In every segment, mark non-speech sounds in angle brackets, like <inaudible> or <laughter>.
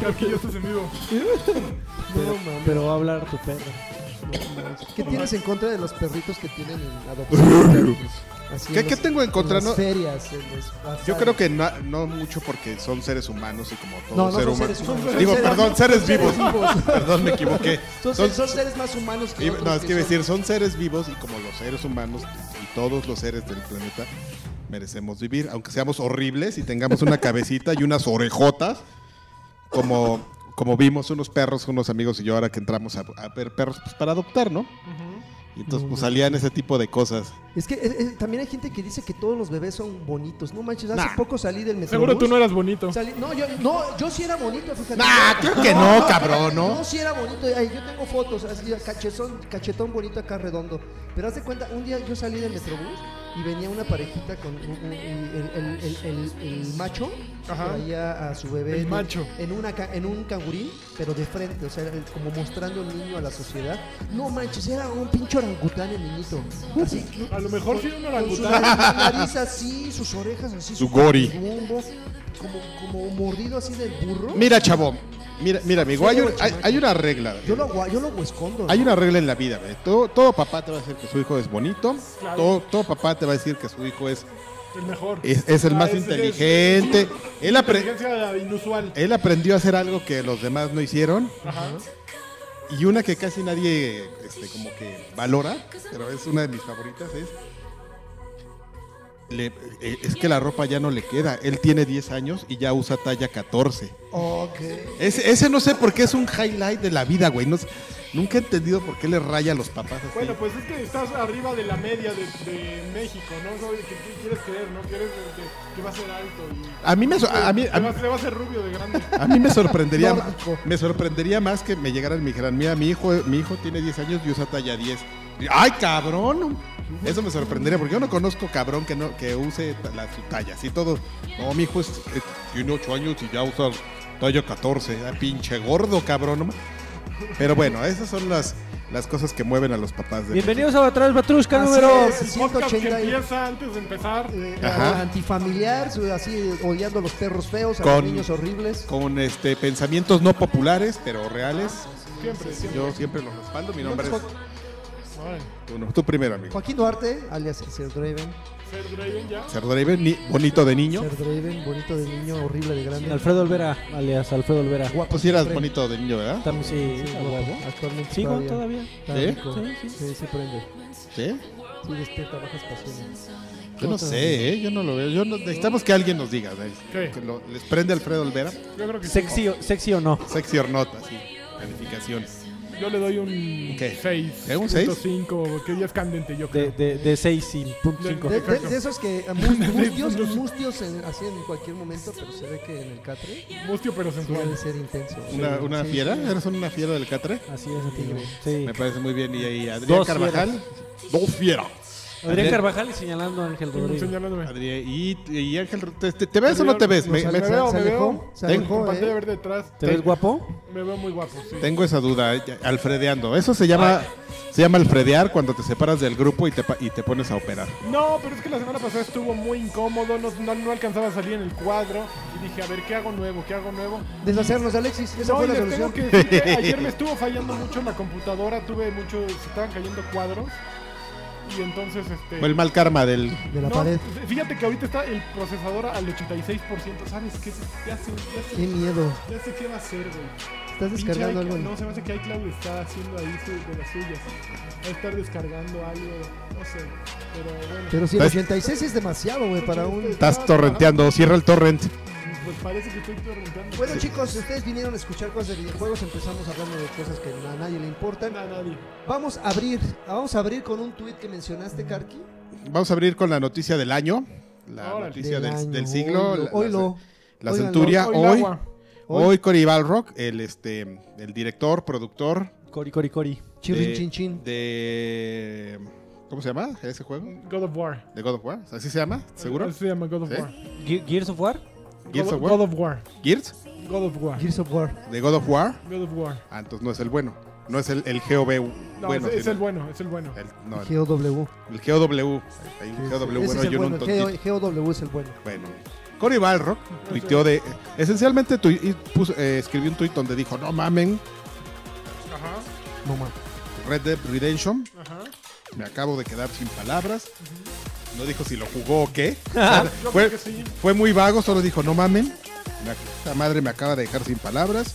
Carquillosos en vivo. Pero, pero va a hablar tu perro. ¿Qué tienes en contra de los perritos que tienen en adopción? Así en ¿Qué, los- qué tengo en contra? En las No, ferias, en los yo bazares. creo que no, no mucho porque son seres humanos y como todo No, no ser son humano. seres humanos. Digo, Son seres- perdón, seres vivos. <laughs> vivos. Perdón, me equivoqué. Son, Son- son seres más humanos que Y- otros no, es que iba a son- decir, son seres vivos y como los seres humanos y todos los seres del planeta merecemos vivir, aunque seamos horribles y tengamos una cabecita y unas orejotas, como, como vimos unos perros, unos amigos y yo ahora que entramos a, a ver perros pues, para adoptar, ¿no? Y entonces pues salían ese tipo de cosas. Es que eh, eh, también hay gente que dice que todos los bebés son bonitos. No manches, hace Nah. poco salí del metrobús. Seguro tú no eras bonito. Salí- no, yo, no, yo sí era bonito, fíjate. Nah, claro que no, cabrón, ¿no? No, sí era bonito. Ay, yo tengo fotos, así, cachetón, cachetón bonito acá redondo. Pero haz de cuenta, un día yo salí del metrobús y venía una parejita con un- un- un- el, el- el- el- el macho. Ajá. Traía a su bebé El en- macho. En, una, ca- en un cangurín, pero de frente, o sea, el- como mostrando el niño a la sociedad. No manches, era un pinche orangután el niñito. Así, A lo mejor sí era un con su orangután. nariz, nariz así, sus orejas así. Su gori. rumbo, como, como mordido así del burro. Mira, chavo, mira, mira, amigo, hay, un- hay- hay una regla. Yo lo, agua- yo lo escondo. Hay ¿no? una regla en la vida, ¿ve? Todo, todo papá te va a decir que su hijo es bonito, todo, todo papá te va a decir que su hijo es, El mejor. es, es el Ah, más es- es- inteligente. Él, apre- Eh, Inteligencia inusual. Él aprendió a hacer algo que los demás no hicieron Ajá. y una que casi nadie este, como que valora, pero es una de mis favoritas, es... le- eh, es que la ropa ya no le queda. Él tiene 10 años y ya usa talla 14. Ok. Ese, ese no sé por qué es un highlight de la vida, güey. No sé- nunca he entendido por qué le raya a los papás así. Bueno, pues es que estás arriba de la media de, de México, ¿no? Soy- que, que quieres creer, ¿no? Quieres que, que va a ser alto y... a mí me... so- a mí- Le a mí- va, le va a ser rubio de <laughs> grande. A mí me sorprendería, Nórdico. me sorprendería más que me llegaran y me dijeran, mira, mi hijo, mi hijo tiene 10 años y usa talla 10. Y, ¡Ay, cabrón! Eso me sorprendería, porque yo no conozco cabrón que no que use ta- la, su talla, así todo. No, mi hijo es, eh, tiene 8 años y ya usa talla 14. Ah, pinche gordo, cabrón. no ma- Pero bueno, esas son las, las cosas que mueven a los papás. De Bienvenidos a Atrás Batrushka Así número. es. Eh, El podcast que 180 y- empieza antes de empezar. Eh, Ajá. Antifamiliar, su- así odiando a los perros feos, a los Con- niños horribles. Con este pensamientos no populares, pero reales. Siempre, siempre. Yo siempre los respaldo. Mi nombre es. Ay, Bueno, tú primero, amigo. Joaquín Duarte, alias Ser Draven. Ser Draven ya. Cerdraven, ni- bonito de niño. Ser Draven, bonito de niño, horrible de grande. Alfredo Olvera, alias Alfredo Olvera. Pues si eras bonito de niño, ¿verdad? También sí, Sí, a huevo. Actualmente Sigo todavía. todavía. Está ¿Sí? rico. Sí, sí, Sí, sí. sí prende. Sí. Sí este, despierta bajas pasiones. Yo no sé, ¿eh? yo no lo veo. Yo no- necesitamos que alguien nos diga. ¿eh? ¿Qué? Que lo- les prende Alfredo Olvera. Yo creo que sí. Sexy, o- sexy o no. Sexy or not, así. Calificaciones. Yo le doy un ¿Qué? 6. ¿Eh, un seis? 5, que ya es candente, yo creo. De, de, de 6 y punto De- 5. De, de- Perfecto. de esos <laughs> que a mus- mustios, puntos. mustios en, así en cualquier momento, pero se ve que en el catre Mustio pero puede sensual. ser intenso. ¿Una, Sí, una sí, fiera? sí. ¿Eres una fiera del Catre? Así es, amigo. Tigre. Sí. Me parece muy bien. Y ahí Adrián Dos Carvajal. Dos fieras. Adrián Carvajal y señalando a Ángel Rodríguez. Señalándome. Adrián, y, y Ángel, ¿te, te- te ves o no te ves? Me- Nos me- alejó, veo, se me alejó, veo. se Tengo- alejó, Con pantalla eh. verde detrás. ¿Te ves guapo? Me veo muy guapo, sí. tengo esa duda. eh, ya- Alfredeando. Eso se llama, se llama alfredear cuando te separas del grupo y te, pa- y te pones a operar. No, pero es que la semana pasada estuvo muy incómodo, no, no, no alcanzaba a salir en el cuadro y dije, a ver, ¿qué hago nuevo? ¿Qué hago nuevo? Deshacernos de Alexis, esa No, fue y la les tengo solución. que decir que ayer me estuvo fallando mucho la computadora, tuve mucho, se estaban cayendo cuadros y entonces este... Fue el mal karma del De la no, pared. Fíjate que ahorita está el procesador al 86%, ¿sabes qué? Ya sé, ya sé, Qué miedo. ya sé qué va a hacer, güey. Estás Pinche descargando iCloud- algo. No, se me hace que iCloud está haciendo ahí su, de las suyas. Va a estar descargando algo, no sé, pero bueno. Pero si el ¿Ves? 86 es demasiado, güey, para un... Estás torrenteando, cierra el torrent. Pues parece que estoy preguntando. Bueno, chicos, si ustedes vinieron a escuchar cosas de videojuegos, empezamos hablando de cosas que a nadie le importan. a nadie. Vamos a abrir, vamos a abrir con un tuit que mencionaste, Karki. Vamos a abrir con la noticia del año. La Órale. noticia del, año. del siglo. la- Hoy la, lo... la Oigan, centuria. Hoy, Hoy, agua. hoy. hoy Cory Balrock, el, este, el director, productor. Cori, cori, cori. Chirrin de- chin chin. De. ¿Cómo se llama ese juego? God of War. ¿De God of War? ¿Así se llama? ¿Seguro? Así se llama God of ¿Sí? War. Ge- Gears of War. ¿Gears God, of War? God of War. ¿Gears? God of War. Gears of War. ¿De God of War? God of War. Ah, entonces no es el bueno. No es el, el GOB. No, bueno, es, es sino el bueno, es el bueno. el- no, el- GOW. el GOW. Hay un GOW Ese bueno es el y uno bueno. un tontito. GO GOW es el bueno. Bueno, Cory Balrock tuiteó de. Esencialmente tui- y puso- eh, escribió un tuit donde dijo: No mamen, Ajá, No mames. Red Dead Redemption, ajá. me acabo de quedar sin palabras. No dijo si lo jugó o qué. Yo Fue- creo que sí. Fue muy vago, solo dijo: No mamen, me ac- esta madre me acaba de dejar sin palabras.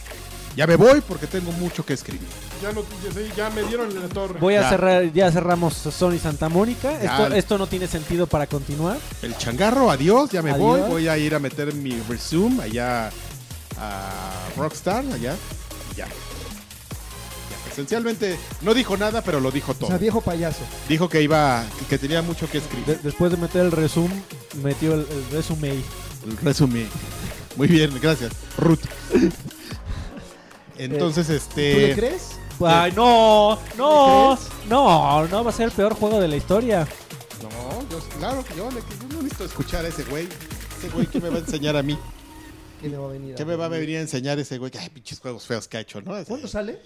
Ya me voy porque tengo mucho que escribir. Ya, no, ya, sí, ya me dieron en la torre. Voy a Ya. cerrar, ya cerramos Sony Santa Mónica. Ya. Esto, esto no tiene sentido para continuar. El changarro, adiós, ya me Adiós. voy. Voy a ir a meter mi resume allá a Rockstar, allá. y Ya. Ya, Esencialmente no dijo nada, pero lo dijo O todo. sea, viejo payaso. Dijo que iba, que tenía mucho que De- escribir. después de meter el resumen, metió el, el resume. Resumí. Muy bien, gracias. Ruth. Entonces, ¿Tú le este. crees? Ay, no, no, no, no va a ser el peor juego de la historia. No, yo, claro que yo, le- que yo no necesito escuchar a ese güey. Ese güey, ¿qué me va a enseñar a mí? ¿Qué me va a venir? ¿Qué me va a venir a enseñar ese güey? Ay, pinches juegos feos que ha hecho, ¿no? ¿Cuándo sale?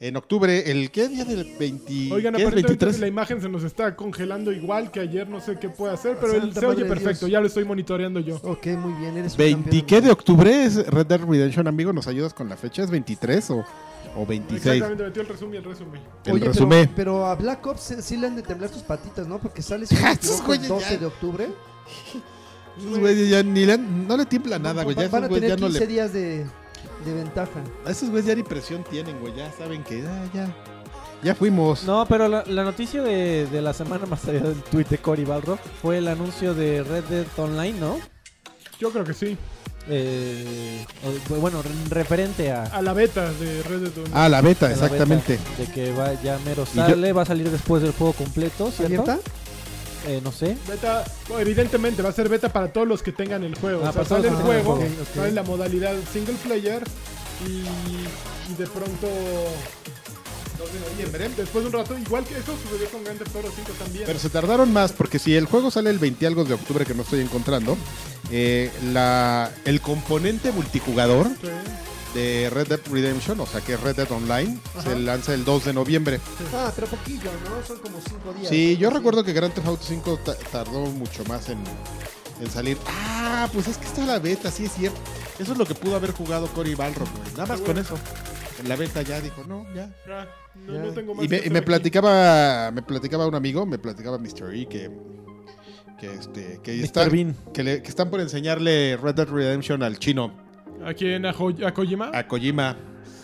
En octubre, ¿el qué día del 20, Oigan, ¿qué es? aparentemente 23? la imagen se nos está congelando igual que ayer, no sé qué puede hacer, pero Ah, Santa él se oye madre de perfecto, Dios. ya lo estoy monitoreando yo. Ok, muy bien. Eres un 20 campeón, ¿qué de amigo. octubre es Red Dead Redemption, amigo? ¿Nos ayudas con la fecha? ¿Es 23 o, o 26? Exactamente, metió el resumen y el resumen. El Oye, resumen. Pero, pero a Black Ops sí- sí le han de temblar sus patitas, ¿no? Porque <laughs> sale si no me Ah, Esos equivoco, el güeyes 12 ya- de octubre. Esos güeyes ya ni le han- no le tiembla nada, güey. Ya Van a esos güeyes tener ya no 15 le días de, de ventaja. A esos güeyes ya ni presión tienen, güey. Ya saben que ah, ya. Ya fuimos. No, pero la, la noticia de, de la semana más allá del tweet de Cory Balrock fue el anuncio de Red Dead Online, ¿no? Yo creo que sí. Eh, o- bueno, re- referente a, A la beta de Red Dead Redemption. Ah, la beta, a la exactamente. beta, de que va ya mero yo- sale, va a salir después del juego completo, ¿cierto? ¿Abierta? Eh, no sé. Beta, bueno, evidentemente va a ser beta para todos los que tengan el juego. Ah, o sea, para todos sale el los que tengan juego, el juego. Ok, ok. sale la modalidad single player y, y de pronto. Después de un rato, igual que eso sucedió con Grand Theft Auto 5 también. Pero se tardaron más porque si el juego sale el 20 algo de octubre que no estoy encontrando, eh, la, el componente multijugador Sí. de Red Dead Redemption, o sea que es Red Dead Online, se lanza el 2 de noviembre. Ah, pero poquillo, ¿no? Son como 5 días. Sí, yo recuerdo que Grand Theft Auto 5 ta- tardó mucho más en, en salir. Ah, pues es que está la beta, sí es cierto. Eso es lo que pudo haber jugado Cory Balrog, güey. Nada más con eso. En la beta ya dijo, no, ya, Ah, no, Ya. no tengo más Y que me, y hacer me aquí. platicaba, me platicaba un amigo, me platicaba Mr. E que, que este, que Mr. están- Bean. que, le- que están por enseñarle Red Dead Redemption al chino, Aquí en Ajo- a Kojima. a Kojima.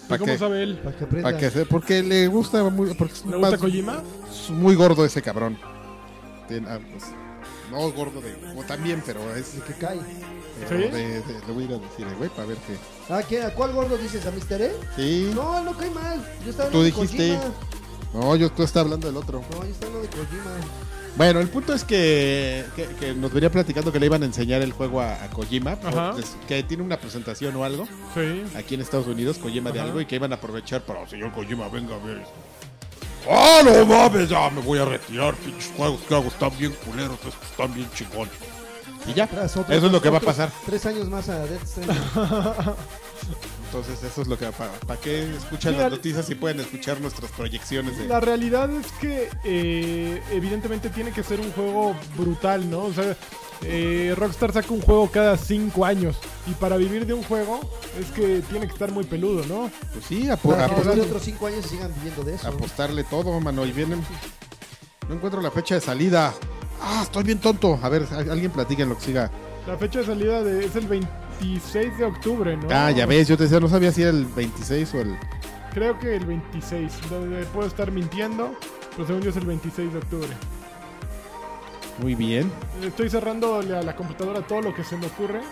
¿Y Para ¿Cómo que, sabe él? Para que aprenda. pa' que se- porque le gusta muy, porque es ¿Le gusta más- Kojima? es muy gordo ese cabrón. Tien- ah, pues, no gordo de, o también, pero es Que cae. pero ¿Sí? de- de- le voy a ir a decir, eh, güey, para ver que ¿A, qué, ¿A cuál gordo dices? ¿A Mr. E? sí. No, No, él no cae mal. Yo estaba Tú hablando de dijiste. Kojima. yo tú estás hablando del otro. No, yo estaba hablando de Kojima. Bueno, el punto es que, que- que nos venía platicando que le iban a enseñar el juego a, a Kojima, por- Ajá. des- que tiene una presentación o algo Sí. aquí en Estados Unidos, Kojima de Ajá. algo, y que iban a aprovechar para, señor Kojima, venga a ver. ¡Ah, no mames! Ya me voy a retirar, pinches juegos que hago, están bien culeros, estos están bien chingones. Y ya, Tras eso otro- es lo que va a otros pasar. Tres años más a Death Stranding. <laughs> Entonces, eso es lo que va a pasar. ¿Para qué escuchan Mira, las noticias si pueden escuchar nuestras proyecciones? De... La realidad es que eh, evidentemente tiene que ser un juego brutal, ¿no? O sea, eh, Rockstar saca un juego cada cinco años y para vivir de un juego es que tiene que estar muy peludo, ¿no? Pues sí, apo- Para que después apostar- de otros 5 años sigan viviendo de eso. apostarle todo, mano. Y vienen. No encuentro la fecha de salida. Ah, estoy bien tonto. A ver, a- alguien platiquen lo que siga. La fecha de salida de- es el 26 de octubre, ¿no? Ah, ya ves, yo te decía, no sabía si era el 26 o el. Creo que el 26. no, eh, Puedo estar mintiendo, pero según yo es el 26 de octubre. Muy bien. Estoy cerrando a la computadora todo lo que se me ocurre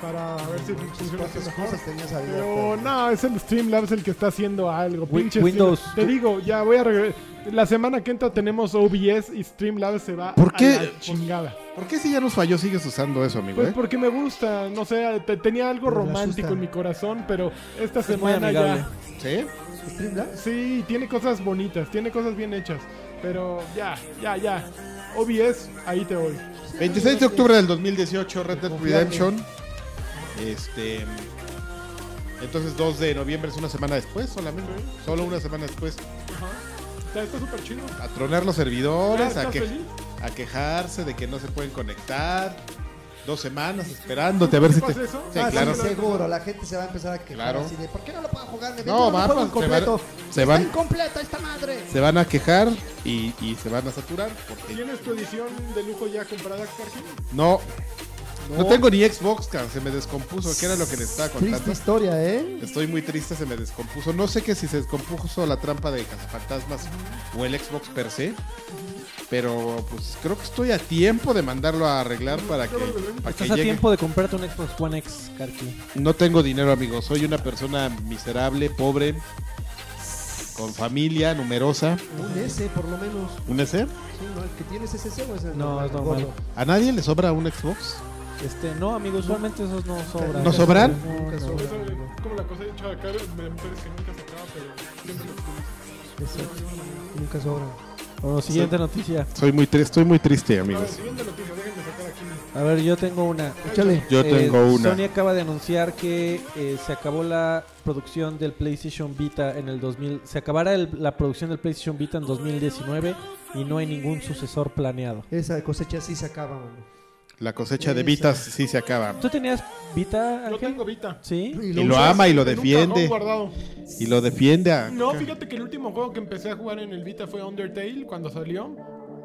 para ver si funciona así ¿Cuántas mejor. cosas tenías abiertas? Pero no, es el Streamlabs el que está haciendo algo. Wi- pinche Windows. Streamlabs. Te digo, ya voy a regresar. La semana que entra tenemos OBS y Streamlabs se va ¿Por qué? a la chingada. ¿Por qué si ya nos falló sigues usando eso, amigo? Pues eh? porque me gusta, no sé, te- tenía algo Pero me romántico asusta. en mi corazón, pero esta Es muy semana amigable. ya. Sí. ¿Streamlabs? Sí, tiene cosas bonitas, tiene cosas bien hechas, pero ya, ya, ya. OBS, ahí te voy. 26 de octubre del 2018, Red Dead Redemption. Este. Entonces 2 de noviembre es una semana después solamente. ¿eh? Solo una semana después. Está está súper chido. A tronar los servidores, Ya, a, ¿estás que- Ah, feliz? a quejarse de que no se pueden conectar. Dos semanas esperándote a ver si te... ¿Pasa eso? Sí, Ah, sí, claro. seguro, la gente se va a empezar a quejar Claro. así de, ¿por qué no lo puedo jugar? Me No, no, va, un juego pues, se van- incompleto. se Está van- incompleta esta madre. Se van a quejar y, y se van a saturar porque ¿Tienes tu edición de lujo ya comprada, Carquín? no... No tengo ni Xbox, cabrón, se me descompuso, que era lo que les estaba Triste contando. historia, ¿eh? Estoy muy triste, se me descompuso. No sé que si se descompuso la trampa de Cazafantasmas o el Xbox per se. Pero pues creo que estoy a tiempo de mandarlo a arreglar para que, para que Estás a llegue. tiempo de comprarte un Xbox One X, Karki. No tengo dinero, amigos. Soy una persona miserable, pobre, con familia numerosa. Un S, por lo menos. ¿Un ese? Sí, ¿no? El que tienes es ese o es el No, es gordo? normal. ¿A nadie le sobra un Xbox? Este, no, amigo, usualmente esos no sobran. ¿No sobran? No, Nunca no. Por sobran. eso, eh, como la cosa de hecha acá, me parece que nunca se acaba, pero siempre lo tienes. Exacto. Nunca sobra. Bueno, siguiente noticia. Soy muy triste, estoy muy triste, A ver, amigos. siguiente noticia, déjenme sacar aquí. A ver, yo tengo una. Échale. Yo Eh, tengo una. Sony acaba de anunciar que eh, se acabó la producción del PlayStation Vita en el 2000. Se acabará el- la producción del PlayStation Vita en 2019 y no hay ningún sucesor planeado. Esa cosecha sí se acaba, mano. La cosecha de Esa. Vitas sí se acaba. ¿Tú tenías Vita, Yo Ángel? tengo Vita. Sí. Y lo usas ama y lo en un defiende. cajón guardado. Y lo defiende a... No, fíjate que el último juego que empecé a jugar en el Vita fue Undertale cuando salió.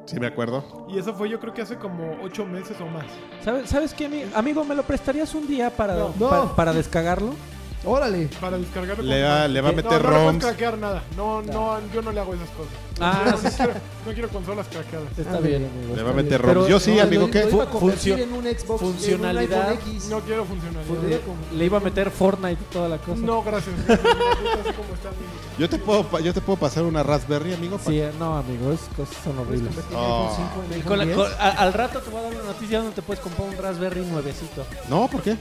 Sí, me acuerdo. Y eso fue yo creo que hace como 8 meses o más. ¿Sabes, ¿Sabes qué, ami- amigo? ¿Me lo prestarías un día para, No. pa- para, No. descargarlo? Órale. Para descargarlo. Le como- va, le va a No, meter no, no le puedes ROMs. craquear nada. No, no, yo no le hago esas cosas. Ah, No quiero, no quiero consolas craqueadas. Está Ah, bien. amigo, Le está va a meter bien. Pero- ROMs. Yo sí, No, amigo, lo- ¿qué? lo iba a Fu- convertir funcio- en un Xbox, funcionalidad. en un iPhone X. No quiero funcionalidad. Le, le iba a meter Fortnite y toda la cosa. No, gracias. Así como está, amigo. Yo te puedo, pa- yo te puedo pasar una Raspberry, amigo. pa- Sí, eh, no, amigo, es cosas son horribles. Convertir Oh. iPhone 5 en Ah. Y iPhone con la- 10. con- a- al rato te voy a dar una noticia donde te puedes comprar un Raspberry nuevecito. No, ¿por qué?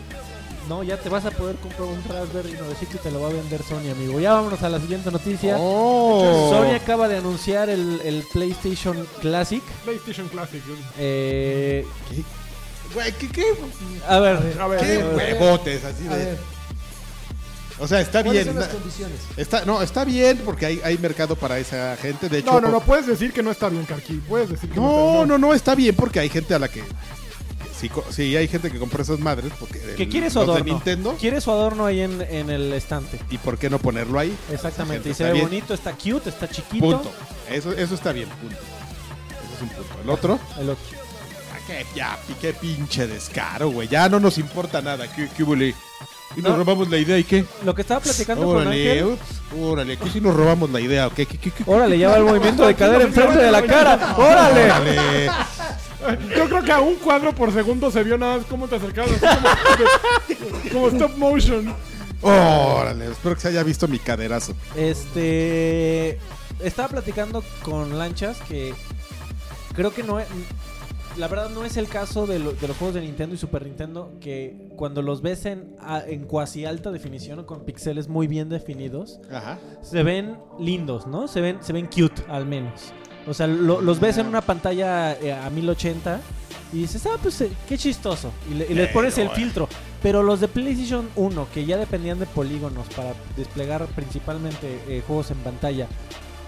No, ya te vas a poder comprar un Raspberry nuevecito y te lo va a vender Sony, amigo. Ya vámonos a la siguiente noticia. Oh. Sony acaba de anunciar el, el PlayStation Classic. PlayStation Classic. Eh, Güey, ¿qué, qué? a ver, A ver, qué a ver, huevotes así A de. ver, o sea, está ¿cuáles bien. son las na- condiciones? Está, no, está bien porque hay, hay mercado para esa gente. De hecho, No, no, no por- puedes decir que no está bien, Carqui. Puedes decir que no, no, no, no, está bien porque hay gente a la que. Sí, co- sí, hay gente que compra esas madres porque. el- ¿qué quiere su los de adorno? Nintendo. Quiere su adorno ahí en, en el estante. ¿Y por qué no ponerlo ahí? Esa gente Exactamente, y se está ve bien. bonito, está cute, está chiquito. Punto. Eso, eso está bien, punto. Eso es un punto. El otro. El otro. Ah, qué- ya, pi- qué pinche descaro, güey. Ya no nos importa nada. ¿Qué, qué huele? Y nos No. robamos la idea y qué. Lo que estaba platicando con Órale, Ángel. ups, órale, que si nos robamos la idea, ¿o qué? ¿Qué, qué, qué? Órale, ya va el movimiento de cadera enfrente de la cara. Órale. Órale. Yo creo que a un cuadro por segundo se vio nada más cómo te acercabas. así Como, como stop motion. Órale, espero que se haya visto mi caderazo. Este. Estaba platicando con Lanchas que creo que no es. La verdad no es el caso de, lo- de los juegos de Nintendo y Super Nintendo que cuando los ves en, a- en cuasi alta definición o con píxeles muy bien definidos, Ajá. se ven lindos, ¿no? Se ven, se ven cute al menos. O sea, lo- los ves en una pantalla eh, a 1080 y dices, ah, pues eh, qué chistoso. Y le, y le pones el Pero, eh. filtro. Pero los de PlayStation 1, que ya dependían de polígonos para desplegar principalmente eh, juegos en pantalla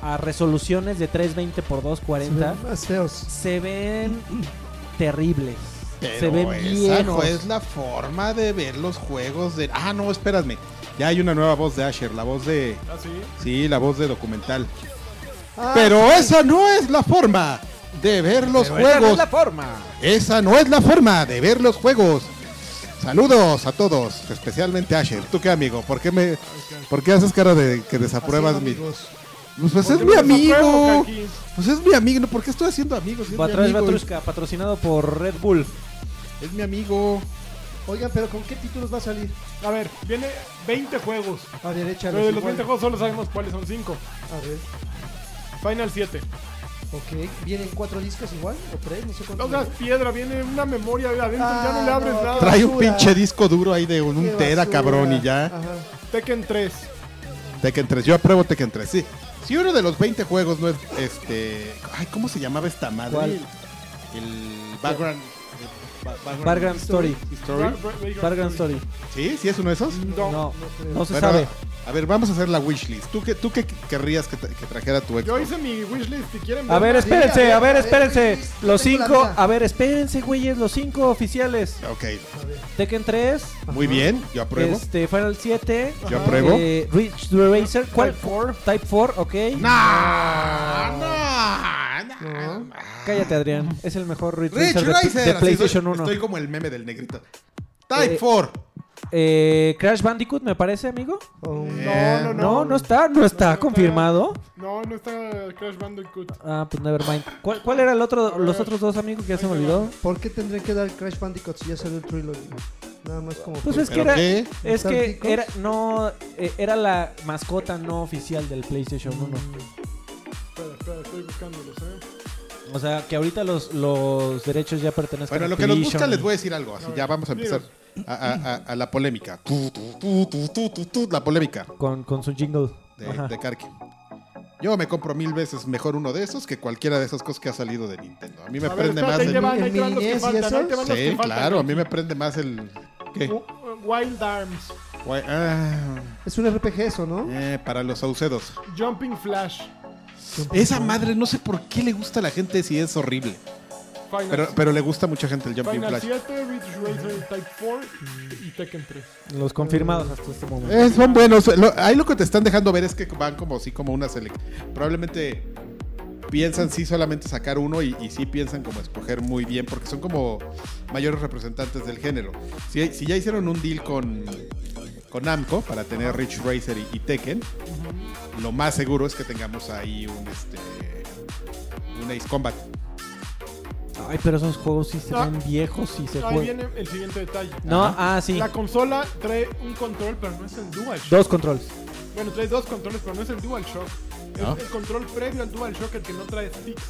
a resoluciones de 320x240, Se ven Más feos. se ven terribles. se ven esa bien. no es la forma de ver los juegos de. Ah, no, espérame. Ya hay una nueva voz de Asher, la voz de. Ah, sí. Sí, la voz de documental. Ah, Pero esa no es la forma de ver los juegos. forma. Esa no es la forma de ver los juegos. Saludos a todos, especialmente a Asher. ¿Tú qué, amigo? ¿Por qué me, por qué haces cara de que así desapruebas son, mi? amigos. Pues, pues es Porque mi me desapruebo, amigo. Kaki. Pues es mi amigo. ¿no? ¿Por qué estoy haciendo amigos? Es mi Batrash amigo. Batrushka, patrocinado por Red Bull. Es mi amigo. Oigan, pero ¿con qué títulos va a salir? A ver, viene 20 juegos. A ver, échale. Pero de los igual. 20 juegos solo sabemos cuáles son 5. A ver, Final 7. ok. ¿Vienen cuatro discos igual? ¿O tres? No sé cuántos. No seas piedra, viene una memoria adentro, Ah, ya no le abres no, nada. tra- Trae un basura. pinche disco duro ahí de un, un Qué tera, basura. cabrón, y ya. Ajá. Tekken 3. Tekken 3. Yo apruebo Tekken 3. Sí. Si uno de los 20 juegos no es este. Ay, ¿cómo se llamaba esta madre? ¿Cuál? El, el background. Bargram Story. Story. Bargram Story. ¿Sí? ¿Sí es uno de esos? No, no, se Bueno, sabe. A ver, vamos a hacer la wishlist. ¿Tú qué, tú qué querrías que, tra- que trajera tu ex? Yo hice mi wishlist, si quieren A ver, verla. espérense, a ver, espérense. sí, sí, Los tengo la cinco, mía. a ver, espérense, güeyes, los cinco oficiales. Ok, Tekken 3, muy bien, yo apruebo. este, Final 7, Yo apruebo. eh, Reach the Racer, ¿cuál? Type 4, ok. ¡No! ¡No! no. Cállate, Adrián, es el mejor Reach, Rich Racer de- Racer. de, Así PlayStation soy- 1. Estoy como el meme del negrito. Type Eh, 4. Eh, Crash Bandicoot, me parece, amigo. No, Oh, no, no. No, no está, no está no confirmado. No, no está Crash Bandicoot. Ah, pues nevermind. ¿Cuál, ¿Cuál era el otro, A los ver. otros dos, amigos que ya se me Ahí te va. olvidó? ¿Por qué tendrían que dar Crash Bandicoot si ya salió el trilogy? Nada más como. Pues por- es que ¿Pero era, qué? es que ¿Nostálgicos? era, no, eh, era la mascota no oficial del PlayStation 1. Espera, espera, estoy buscándolos, ¿eh? O sea, que ahorita los, los derechos ya pertenecen Bueno, a lo que nos Activision. busca les voy a decir algo. Así A ver, ya vamos a empezar a, a- a- a la polémica. Tu, tu, tu, tu, tu, tu, tu, la polémica Con, con su jingle. de, Ajá. de Karki. Yo me compro mil veces mejor uno de esos que cualquiera de esas cosas que ha salido de Nintendo. A mí me A ver, prende espérate, ahí te más van, ahí te van los que ¿En mi niñez y faltan, ahí te van el... los Sí, que faltan. claro, a mí me prende más el... ¿Qué? Uh, uh, Wild Arms, Guay- ah, Es un RPG eso, ¿no? eh, para los saucedos. Jumping Flash, Esa madre, no sé por qué le gusta a la gente si es horrible. Final, Pero, pero le gusta a mucha gente el Jumping Final Flash. 7, Ridge Racer Type 4 y Tekken 3. Los confirmados hasta este momento. Eh, son buenos. Lo- ahí lo que te están dejando ver es que van como así como una selección. Probablemente piensan sí solamente sacar uno y, y sí piensan como escoger muy bien porque son como mayores representantes del género. Si, si ya hicieron un deal con, con Namco para tener Rich Racer y, y Tekken, lo más seguro es que tengamos ahí un este un Ace Combat. Ay, pero esos juegos sí se Ah. ven viejos y se Ahí juegan. viene el siguiente detalle. No, ah, sí. La consola trae un control, pero no es el DualShock. Dos controles. Bueno, trae dos controles, pero no es el DualShock. Ah. Es el control previo al DualShock el que no trae sticks.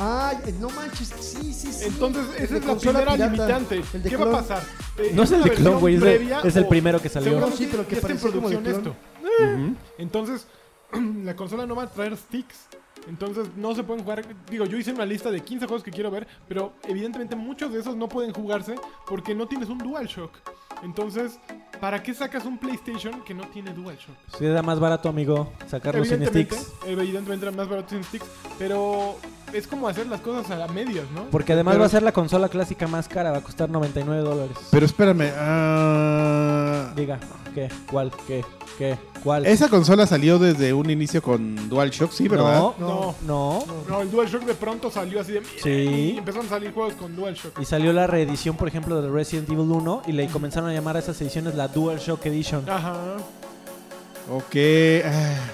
Ay, eh, no manches, sí, sí, sí. Entonces, El esa de es la consola primera pirata, limitante. el de ¿Qué clon. va a pasar? Eh, No es el una de clon, versión güey, es de- previa es el o- primero que salió. seguramente Sí, pero que ya está en parecía como de producción esto. clon. Ujú. Entonces, <clears throat> la consola no va a traer sticks. Entonces, no se pueden jugar. Digo, yo hice una lista de 15 juegos que quiero ver, pero evidentemente muchos de esos no pueden jugarse porque no tienes un DualShock. Entonces, ¿para qué sacas un PlayStation que no tiene DualShock? Sí, era más barato, amigo, sacarlos sin Evidentemente, sticks. evidentemente era más barato sin sticks, pero es como hacer las cosas a la medias, ¿no? Porque además Pero- va a ser la consola clásica más cara, va a costar 99 dólares. Pero espérame, ah, Diga, ¿qué? ¿Cuál? ¿Qué? ¿Qué? ¿Cuál? esa consola salió desde un inicio con DualShock, sí, ¿verdad? No, no, No. No, el DualShock de pronto salió así de. Sí. Y empezaron a salir juegos con DualShock. Y salió la reedición, por ejemplo, de Resident Evil 1 y le comenzaron a llamar a esas ediciones la DualShock Edition. Ah, Ajá. Ok. ah.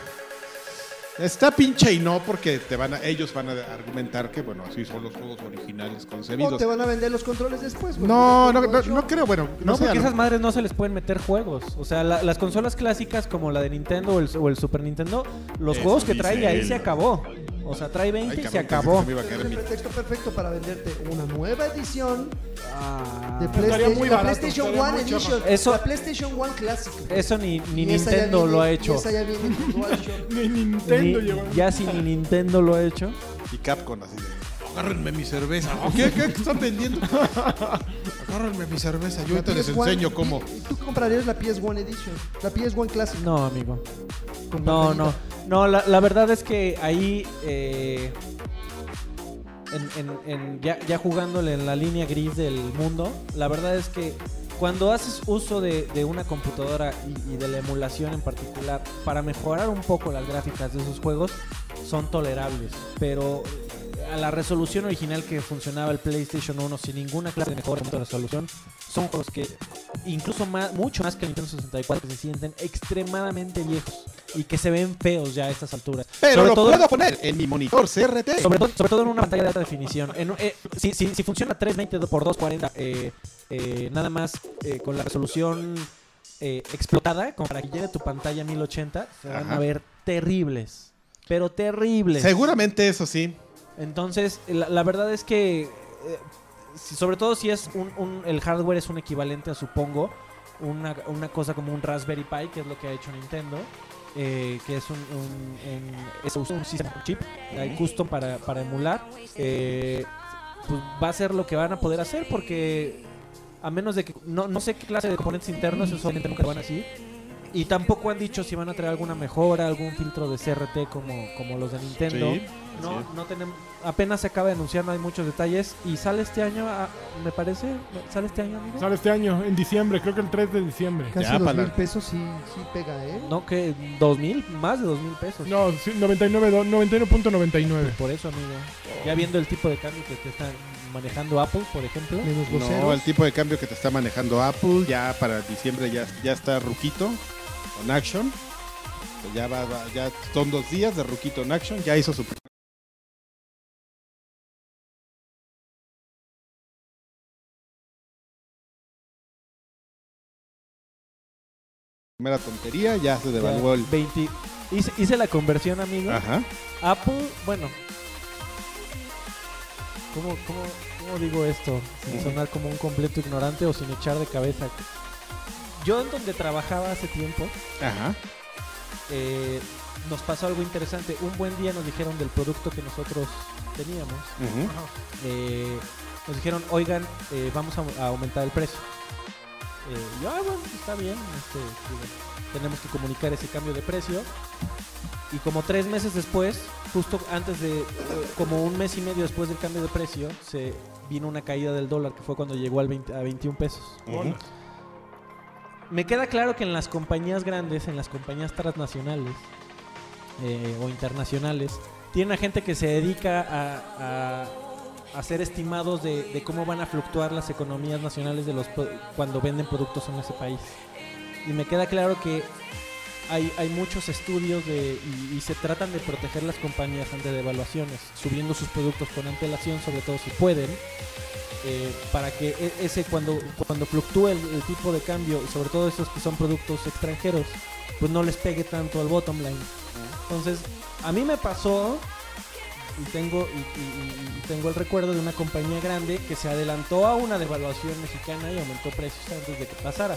Está pinche y no porque te van a, ellos van a argumentar que, bueno, así son los juegos originales O concebidos. te van a vender los controles después, güey. No, Ya no, con no, DualShock. no creo, bueno, no, No, sé. a porque lo- esas madres no se les pueden meter juegos. O sea, la- las consolas clásicas como la de Nintendo o el, o el Super Nintendo, los Eso juegos que dice trae ahí él. se acabó. O sea, trae Ay, 20 y cabrón, se pensé que acabó. se me iba a Es caer el mi- pretexto perfecto para venderte una nueva edición Ah. de Estaría PlayStation, muy la barato, PlayStation estaría muy One Edition, chafa. Eso- la PlayStation One Classic. Eso ni, ni Y esa ya Nintendo viene- lo ha y hecho. esa ya viene con DualShock. Ni Nintendo Ni- llegó. ya si ni Nintendo lo ha hecho. Y Capcom así de, agárrenme mi cerveza. ¿no? ¿Qué, qué están <laughs> vendiendo? agárrenme mi cerveza, yo ahorita les PS1 enseño cómo. ¿Y tú comprarías la PS1 Edition? La PS1 Classic. No, amigo. con No, no. pantallita. No, la, la verdad es que ahí. eh, en- en- en- ya, ya jugándole en la línea gris del mundo, la verdad es que cuando haces uso de, de una computadora y, y de la emulación en particular para mejorar un poco las gráficas de esos juegos, son tolerables. Pero a la resolución original que funcionaba el PlayStation 1 sin ninguna clase de mejora de resolución, son juegos que incluso más, mucho más que el Nintendo 64 se sienten extremadamente viejos y que se ven feos ya a estas alturas. Pero sobre lo todo, puedo poner en mi monitor CRT. sobre todo, sobre todo en una pantalla de alta definición. En un- eh, si, si- si funciona 320 por 240, eh, eh, nada más eh, con la resolución eh, explotada, como para que llegue tu pantalla a 1080, se van Ajá. a ver terribles. Pero terribles. Seguramente eso sí. Entonces, la, la verdad es que, eh, si- sobre todo si es un, un- el hardware es un equivalente a, supongo, una, una cosa como un Raspberry Pi, que es lo que ha hecho Nintendo, eh, que es un, un, un- es un sistema con chip eh, custom para, para emular. eh, pues va a ser lo que van a poder hacer porque a menos de que no, no sé qué clase de componentes internos eso obviamente nunca lo van a decir y tampoco han dicho si van a traer alguna mejora, algún filtro de CRT como, como los de Nintendo. Sí, no, así es. no tenemos, apenas se acaba de anunciar, no hay muchos detalles y sale este año, ah, me parece, sale este año, amigo. Sale este año, en diciembre, creo que el 3 de diciembre. Casi Ya, dos para- mil pesos sí, sí pega, ¿eh? No, que dos mil, más de dos mil pesos. No, sí, 99, do- 99.99. Por eso, amigo. Ya viendo el tipo de cambio que te están manejando Apple, por ejemplo. Menos voceros. No, el tipo de cambio que te está manejando Apple, ya para diciembre ya, ya está Ruquito con Action. Pues Ya, va, va- ya son dos días de Ruquito en Action, ya hizo su... Primera tontería, ya se Ya, devaluó el... 20. Hice, hice la conversión, amigo. Ajá. Apple, bueno. ¿Cómo, cómo, cómo digo esto? Sin sonar como un completo ignorante o sin echar de cabeza. Yo en donde trabajaba hace tiempo, Ajá. eh, nos pasó algo interesante. Un buen día nos dijeron del producto que nosotros teníamos. ujú. eh, nos dijeron, oigan, eh, vamos a, a aumentar el precio. Eh, y yo, "Ah, bueno, está bien, este, digo, tenemos que comunicar ese cambio de precio. Y como tres meses después, justo antes de, eh, como un mes y medio después del cambio de precio, se vino una caída del dólar, que fue cuando llegó al 20 a 21 pesos. Ujú. Me queda claro que en las compañías grandes, en las compañías transnacionales eh, o internacionales, tienen a gente que se dedica a, a- a hacer estimados de, de cómo van a fluctuar las economías nacionales de los pro- cuando venden productos en ese país. Y me queda claro que hay, hay muchos estudios de, y, y se tratan de proteger las compañías ante devaluaciones, subiendo sus productos con antelación, sobre todo si pueden eh, para que e- ese cuando cuando fluctúe el, el tipo de cambio y sobre todo esos que son productos extranjeros pues no les pegue tanto al bottom line entonces a mí me pasó y tengo y- y- y- y tengo el recuerdo de una compañía grande que se adelantó a una devaluación mexicana y aumentó precios antes de que pasara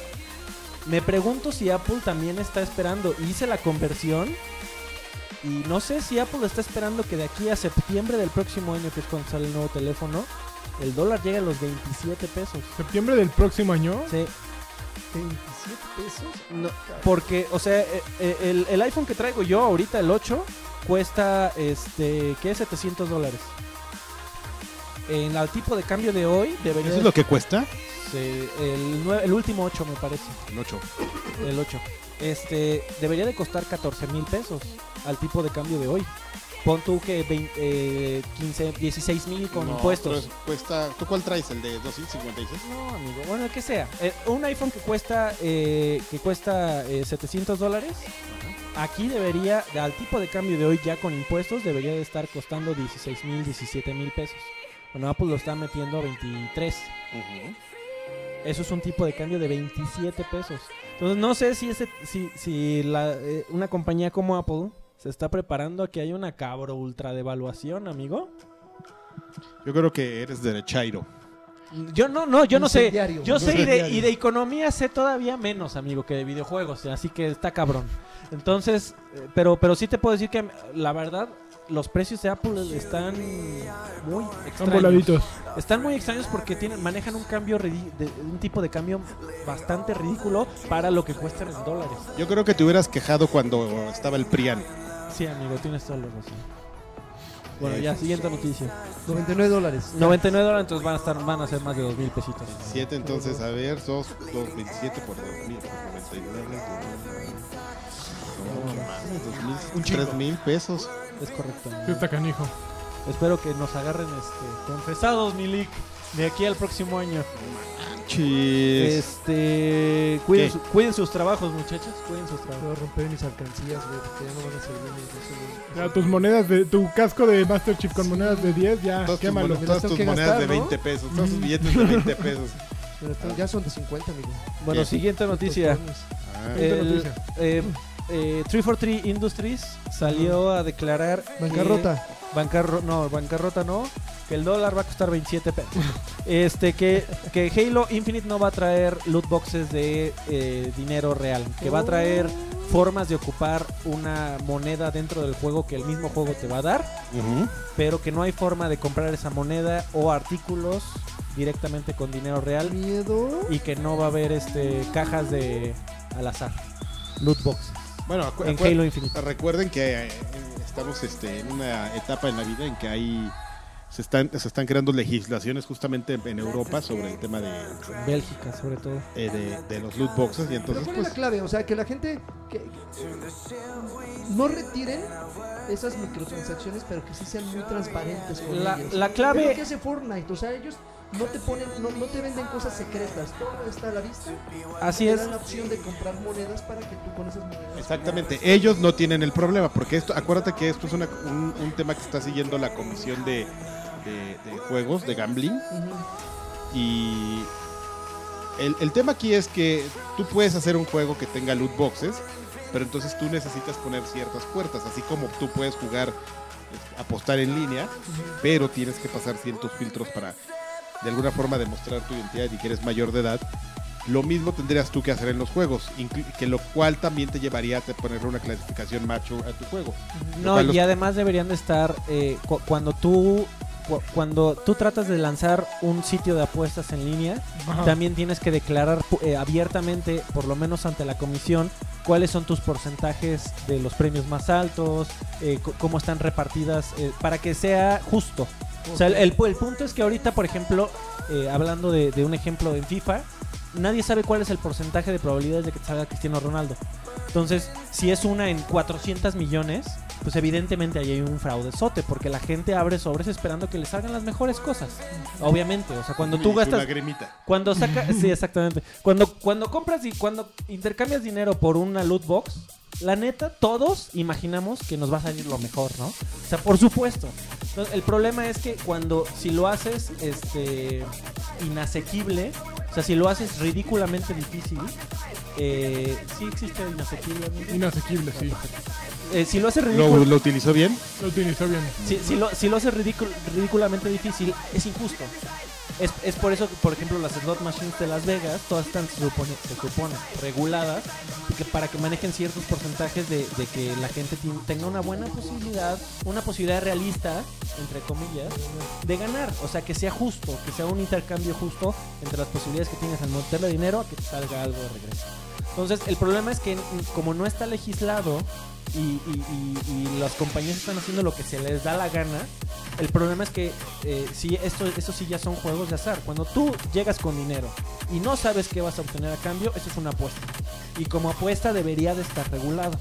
me pregunto si Apple también está esperando hice la conversión y no sé si Apple está esperando que de aquí a septiembre del próximo año que es cuando sale el nuevo teléfono el dólar llega a los 27 pesos. ¿Septiembre del próximo año? Sí, 27 pesos. no, porque, o sea, eh, eh, el, el iPhone que traigo yo ahorita, el 8, cuesta, este, ¿qué? 700 dólares. En el tipo de cambio de hoy debería... ¿Eso es lo que cuesta? Sí, el, nue- el último 8 me parece, El 8. el 8. Este, debería de costar 14 mil pesos al tipo de cambio de hoy. Pon tú que 20, eh, 15, 16 mil con impuestos. Cuesta, ¿Tú cuál traes? ¿El de 256? No, amigo. Bueno, el que sea. Eh, un iPhone que cuesta eh, que cuesta eh, 700 dólares. Aquí debería, al tipo de cambio de hoy ya con impuestos, debería de estar costando 16 mil, 17 mil pesos. Bueno, Apple lo está metiendo a 23. Ujú. Eso es un tipo de cambio de 27 pesos. Entonces no sé si ese, si, si la, eh, una compañía como Apple se está preparando a que haya una cabro ultra devaluación, amigo. Yo creo que eres derechairo. Yo no, no, yo no sé. Incendiario. Yo sé y de, Incendiario. y de economía sé todavía menos, amigo, que de videojuegos, así que está cabrón. Entonces, eh, pero, pero sí te puedo decir que la verdad, los precios de Apple están muy Están extraños. voladitos. Están muy extraños porque tienen, manejan un cambio ridi- de- un tipo de cambio bastante ridículo para lo que cuestan en dólares. Yo creo que te hubieras quejado cuando estaba el Prian. Sí, amigo, tienes toda la razón. Bueno, Eh, ya, siguiente noticia. 99 dólares. 99 dólares, entonces van a estar, van a ser más de dos mil pesitos. 7, entonces, a ver, sos 227 por 2000, por 99. No mames, 2000, Un chingo. 3000 pesos. Es correcto. Sí, está canijo. Espero que nos agarren este, confesados, Milik, de aquí al próximo año. Chis. Este, cuiden, su- cuiden sus trabajos, muchachos, cuiden sus Voy trabajos. a romper mis alcancías, güey, porque ya no van a servir mis Ya, tus monedas de. Tu casco de Master Chief con Sí. monedas de 10, ya, Todas tus, quémalo. monedas, todas Me las tengo tus que monedas gastar, de ¿no? 20 pesos, todos tus billetes de 20 pesos. Pero esto- ya son de 50, amigo. Bueno, ¿Qué? siguiente noticia. Estos Ah, Siguiente El- noticia. eh, eh, 343 Industries salió a declarar. que- Bancarrota. Bancarro- no, bancarrota no. Que el dólar va a costar 27 pesos. Este, que, que Halo Infinite no va a traer loot boxes de eh, dinero real. Que va a traer formas de ocupar una moneda dentro del juego que el mismo juego te va a dar. Ujú. Pero que no hay forma de comprar esa moneda o artículos directamente con dinero real. Miedo. Y que no va a haber este, cajas de al azar. Loot boxes. Bueno, acu- En acu- Halo Infinite. recuerden que eh, estamos este, en una etapa en la vida en que hay se están se están creando legislaciones justamente en Europa sobre el tema de, Bélgica, sobre todo. eh, de, de los loot boxes y Pero entonces ¿cuál es pues la clave? O sea, que la gente que- que- no retiren esas microtransacciones, pero que sí sean muy transparentes con La, ellos. la Es lo que clave. hace Fortnite, o sea, ellos no te ponen, no, no te venden cosas secretas, todo está a la vista. Así te es. dan la opción de comprar monedas para que tú con esas monedas. Exactamente, ellos no tienen el problema, porque esto, acuérdate que esto es una- un, un tema que está siguiendo la comisión de, de- de juegos, de gambling, Ujú. y el, el tema aquí es que tú puedes hacer un juego que tenga loot boxes, pero entonces tú necesitas poner ciertas puertas, así como tú puedes jugar, este, apostar en línea, pero tienes que pasar ciertos filtros para de alguna forma demostrar tu identidad y que eres mayor de edad. Lo mismo tendrías tú que hacer en los juegos, inclu- que lo cual también te llevaría a te ponerle una clasificación macho a tu juego. No, cual los- y además deberían de estar eh, cu- cuando tú cu- cuando tú tratas de lanzar un sitio de apuestas en línea, Ajá. también tienes que declarar pu- eh, abiertamente, por lo menos ante la comisión, cuáles son tus porcentajes de los premios más altos, eh, c- cómo están repartidas, eh, para que sea justo. O sea, el, el pu- el punto es que ahorita, por ejemplo, eh, hablando de, de un ejemplo en FIFA, nadie sabe cuál es el porcentaje de probabilidades de que te salga Cristiano Ronaldo. Entonces, si es una en 400 millones, pues evidentemente ahí hay un fraudezote, porque la gente abre sobres esperando que le salgan las mejores cosas. Obviamente, o sea, cuando Y tú tu gastas... lagrimita. Cuando saca, sí, exactamente. Cuando, cuando compras y cuando intercambias dinero por una loot box, la neta, todos imaginamos que nos va a salir lo mejor, ¿no? O sea, por supuesto. Entonces, el problema es que cuando, si lo haces, este, inasequible, o sea, si lo haces ridículamente difícil, eh, sí existe inasequible. amigo? Inasequible, sí. Eh, si lo haces ridículo, ¿Lo, lo utilizó bien? Lo utilizó bien. si, si lo, si lo haces ridículo- ridículamente difícil, es injusto. Es, es por eso que, por ejemplo, las slot machines de Las Vegas, todas están, se supone, se supone, reguladas que para que manejen ciertos porcentajes de, de que la gente ti- tenga una buena posibilidad, una posibilidad realista, entre comillas, de ganar. O sea, que sea justo, que sea un intercambio justo entre las posibilidades que tienes al meterle dinero a que te salga algo de regreso. Entonces, el problema es que como no está legislado y, y- y- y las compañías están haciendo lo que se les da la gana, el problema es que eh, sí, esto, esto sí ya son juegos de azar. Cuando tú llegas con dinero y no sabes qué vas a obtener a cambio, eso es una apuesta. Y como apuesta debería de estar regulado.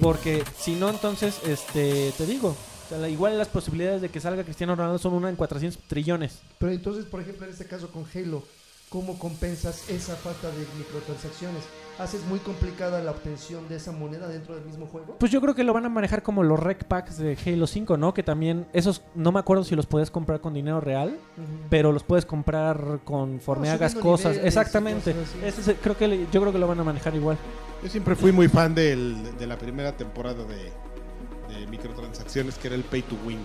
Porque si no, entonces, este, te digo, o sea, la- igual las posibilidades de que salga Cristiano Ronaldo son una en 400 trillones. Pero entonces, por ejemplo, en este caso con Halo, ¿cómo compensas esa falta de microtransacciones? ¿Haces muy complicada la obtención de esa moneda dentro del mismo juego? Pues yo creo que lo van a manejar como los rec packs de Halo 5, ¿no? Que también, esos, no me acuerdo si los puedes comprar con dinero real, pero los puedes comprar conforme No, hagas subiendo cosas. niveles y Exactamente. cosas así. Ese es el- creo que le- yo creo que lo van a manejar igual. Yo siempre fui muy fan del- de la primera temporada de, de microtransacciones, que era el pay to win.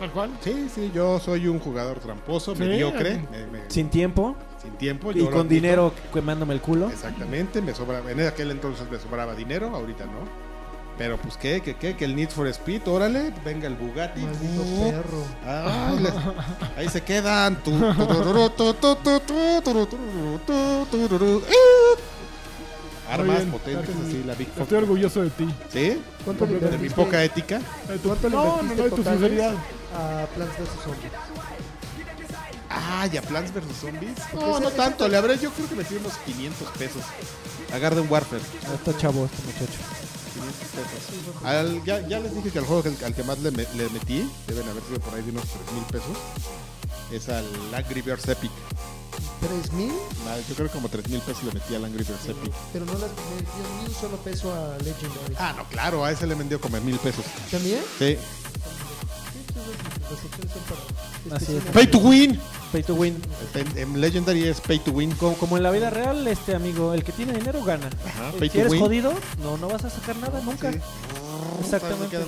¿Tal cual? Sí, sí, yo soy un jugador tramposo, Sí. mediocre, me- me- sin, Sin tiempo tiempo. y yo lo con admito. dinero quemándome el culo. Exactamente, me sobraba, en aquel entonces me sobraba dinero, ahorita no. Pero pues qué, que qué, que el Need for Speed, órale, venga el Bugatti. Maldito Uh, perro. ay, le- ahí se quedan. Tu, tururú, tu, tu, tu, tu, tururú, tu, tururú, eh. Muy Armas bien, potentes Tati. así, la Big Fox. Estoy orgulloso de ti. ¿Sí? ¿Cuánto le De mi invertiste- poca ética. De tu- ¿Cuánto le no, ¿eh? no, no, invertiste de tu totales sinceridad. A Plants vs. Zombies. Ah, ya Plants vs Zombies. Porque No, ese- no ese- tanto. Le habré, yo creo que metí unos 500 pesos. A Garden Warfare. Ah, Está chavo este muchacho. 500 pesos. Al- ya, ya les dije que al juego que- al que más le, me- le metí, deben haber sido por ahí de unos 3 mil pesos. Es al Angry Birds Epic. ¿Tres mil? Ah, Yo creo que como 3 mil pesos le metí al Angry Birds Epic. Pero no las me dieron ni un solo peso a Legendary. Ah, no, claro, a ese le vendió como en mil pesos. ¿También? Sí, Sí. sí, estos dos receptores son para. Así es. Pay to win. Pay to win. En, en Legendary es pay to win. Como, como en la vida real, este amigo, el que tiene dinero gana. Ajá, Eh, pay si to eres win. jodido, no, no vas a sacar nada nunca. Sí. Exactamente. Así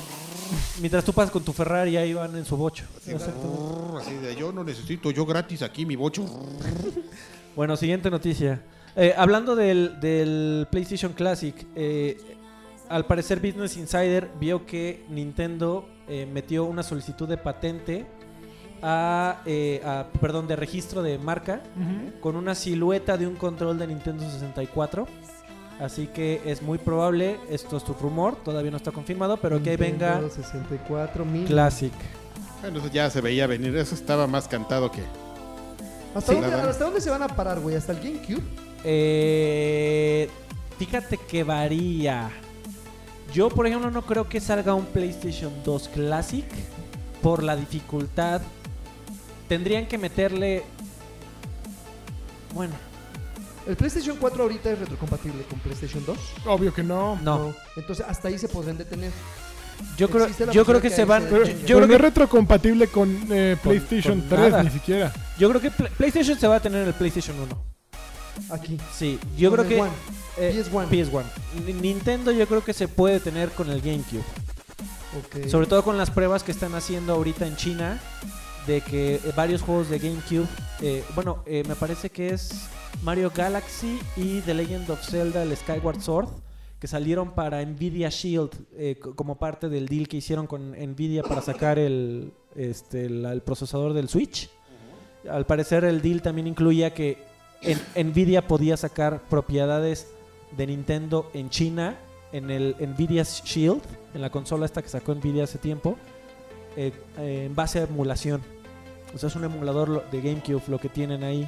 Mientras tú pasas con tu Ferrari, ahí van en su bocho. quedan. Exactamente. Así de, yo no necesito, yo gratis aquí mi bocho. Bueno, siguiente noticia. Eh, hablando del, del PlayStation Classic, eh, al parecer Business Insider vio que Nintendo eh, metió una solicitud de patente a, eh, a- perdón, de registro de marca con una silueta de un control de Nintendo 64. Así que es muy probable, esto es tu rumor, todavía no está confirmado, pero que ahí venga Nintendo 64 mil. Classic. Bueno, eso ya se veía venir, eso estaba más cantado que. ¿Hasta, Sí. dónde, La verdad. ¿Hasta dónde se van a parar, güey? ¿Hasta el GameCube? Eh, fíjate que varía. Yo, por ejemplo, no creo que salga un PlayStation 2 Classic por la dificultad. Tendrían que meterle... Bueno, El PlayStation 4 ahorita es retrocompatible con PlayStation 2. Obvio que no. no. Entonces hasta ahí se podrán detener. Yo creo, Existe la yo creo que posibilidad se que van... Pero, ahí Yo, Yo pero yo creo no es que, retrocompatible con eh, Con- PlayStation con 3 nada. ni siquiera. yo creo que Pla- PlayStation se va a tener en el PlayStation 1. Aquí. Sí, yo Con el creo que... One. eh, PS1. PS1. Ni- Nintendo yo creo que se puede tener con el GameCube. Ok. Sobre todo con las pruebas que están haciendo ahorita en China de que eh, varios juegos de GameCube, eh, bueno, eh, me parece que es Mario Galaxy y The Legend of Zelda, el Skyward Sword, que salieron para Nvidia Shield eh, co- como parte del deal que hicieron con Nvidia para sacar el, este, la- el procesador del Switch. Al parecer el deal también incluía que en- Nvidia podía sacar propiedades de Nintendo en China en el Nvidia Shield, en la consola esta que sacó Nvidia hace tiempo, eh, eh, en base a emulación. O sea, es un emulador lo- de GameCube lo que tienen ahí.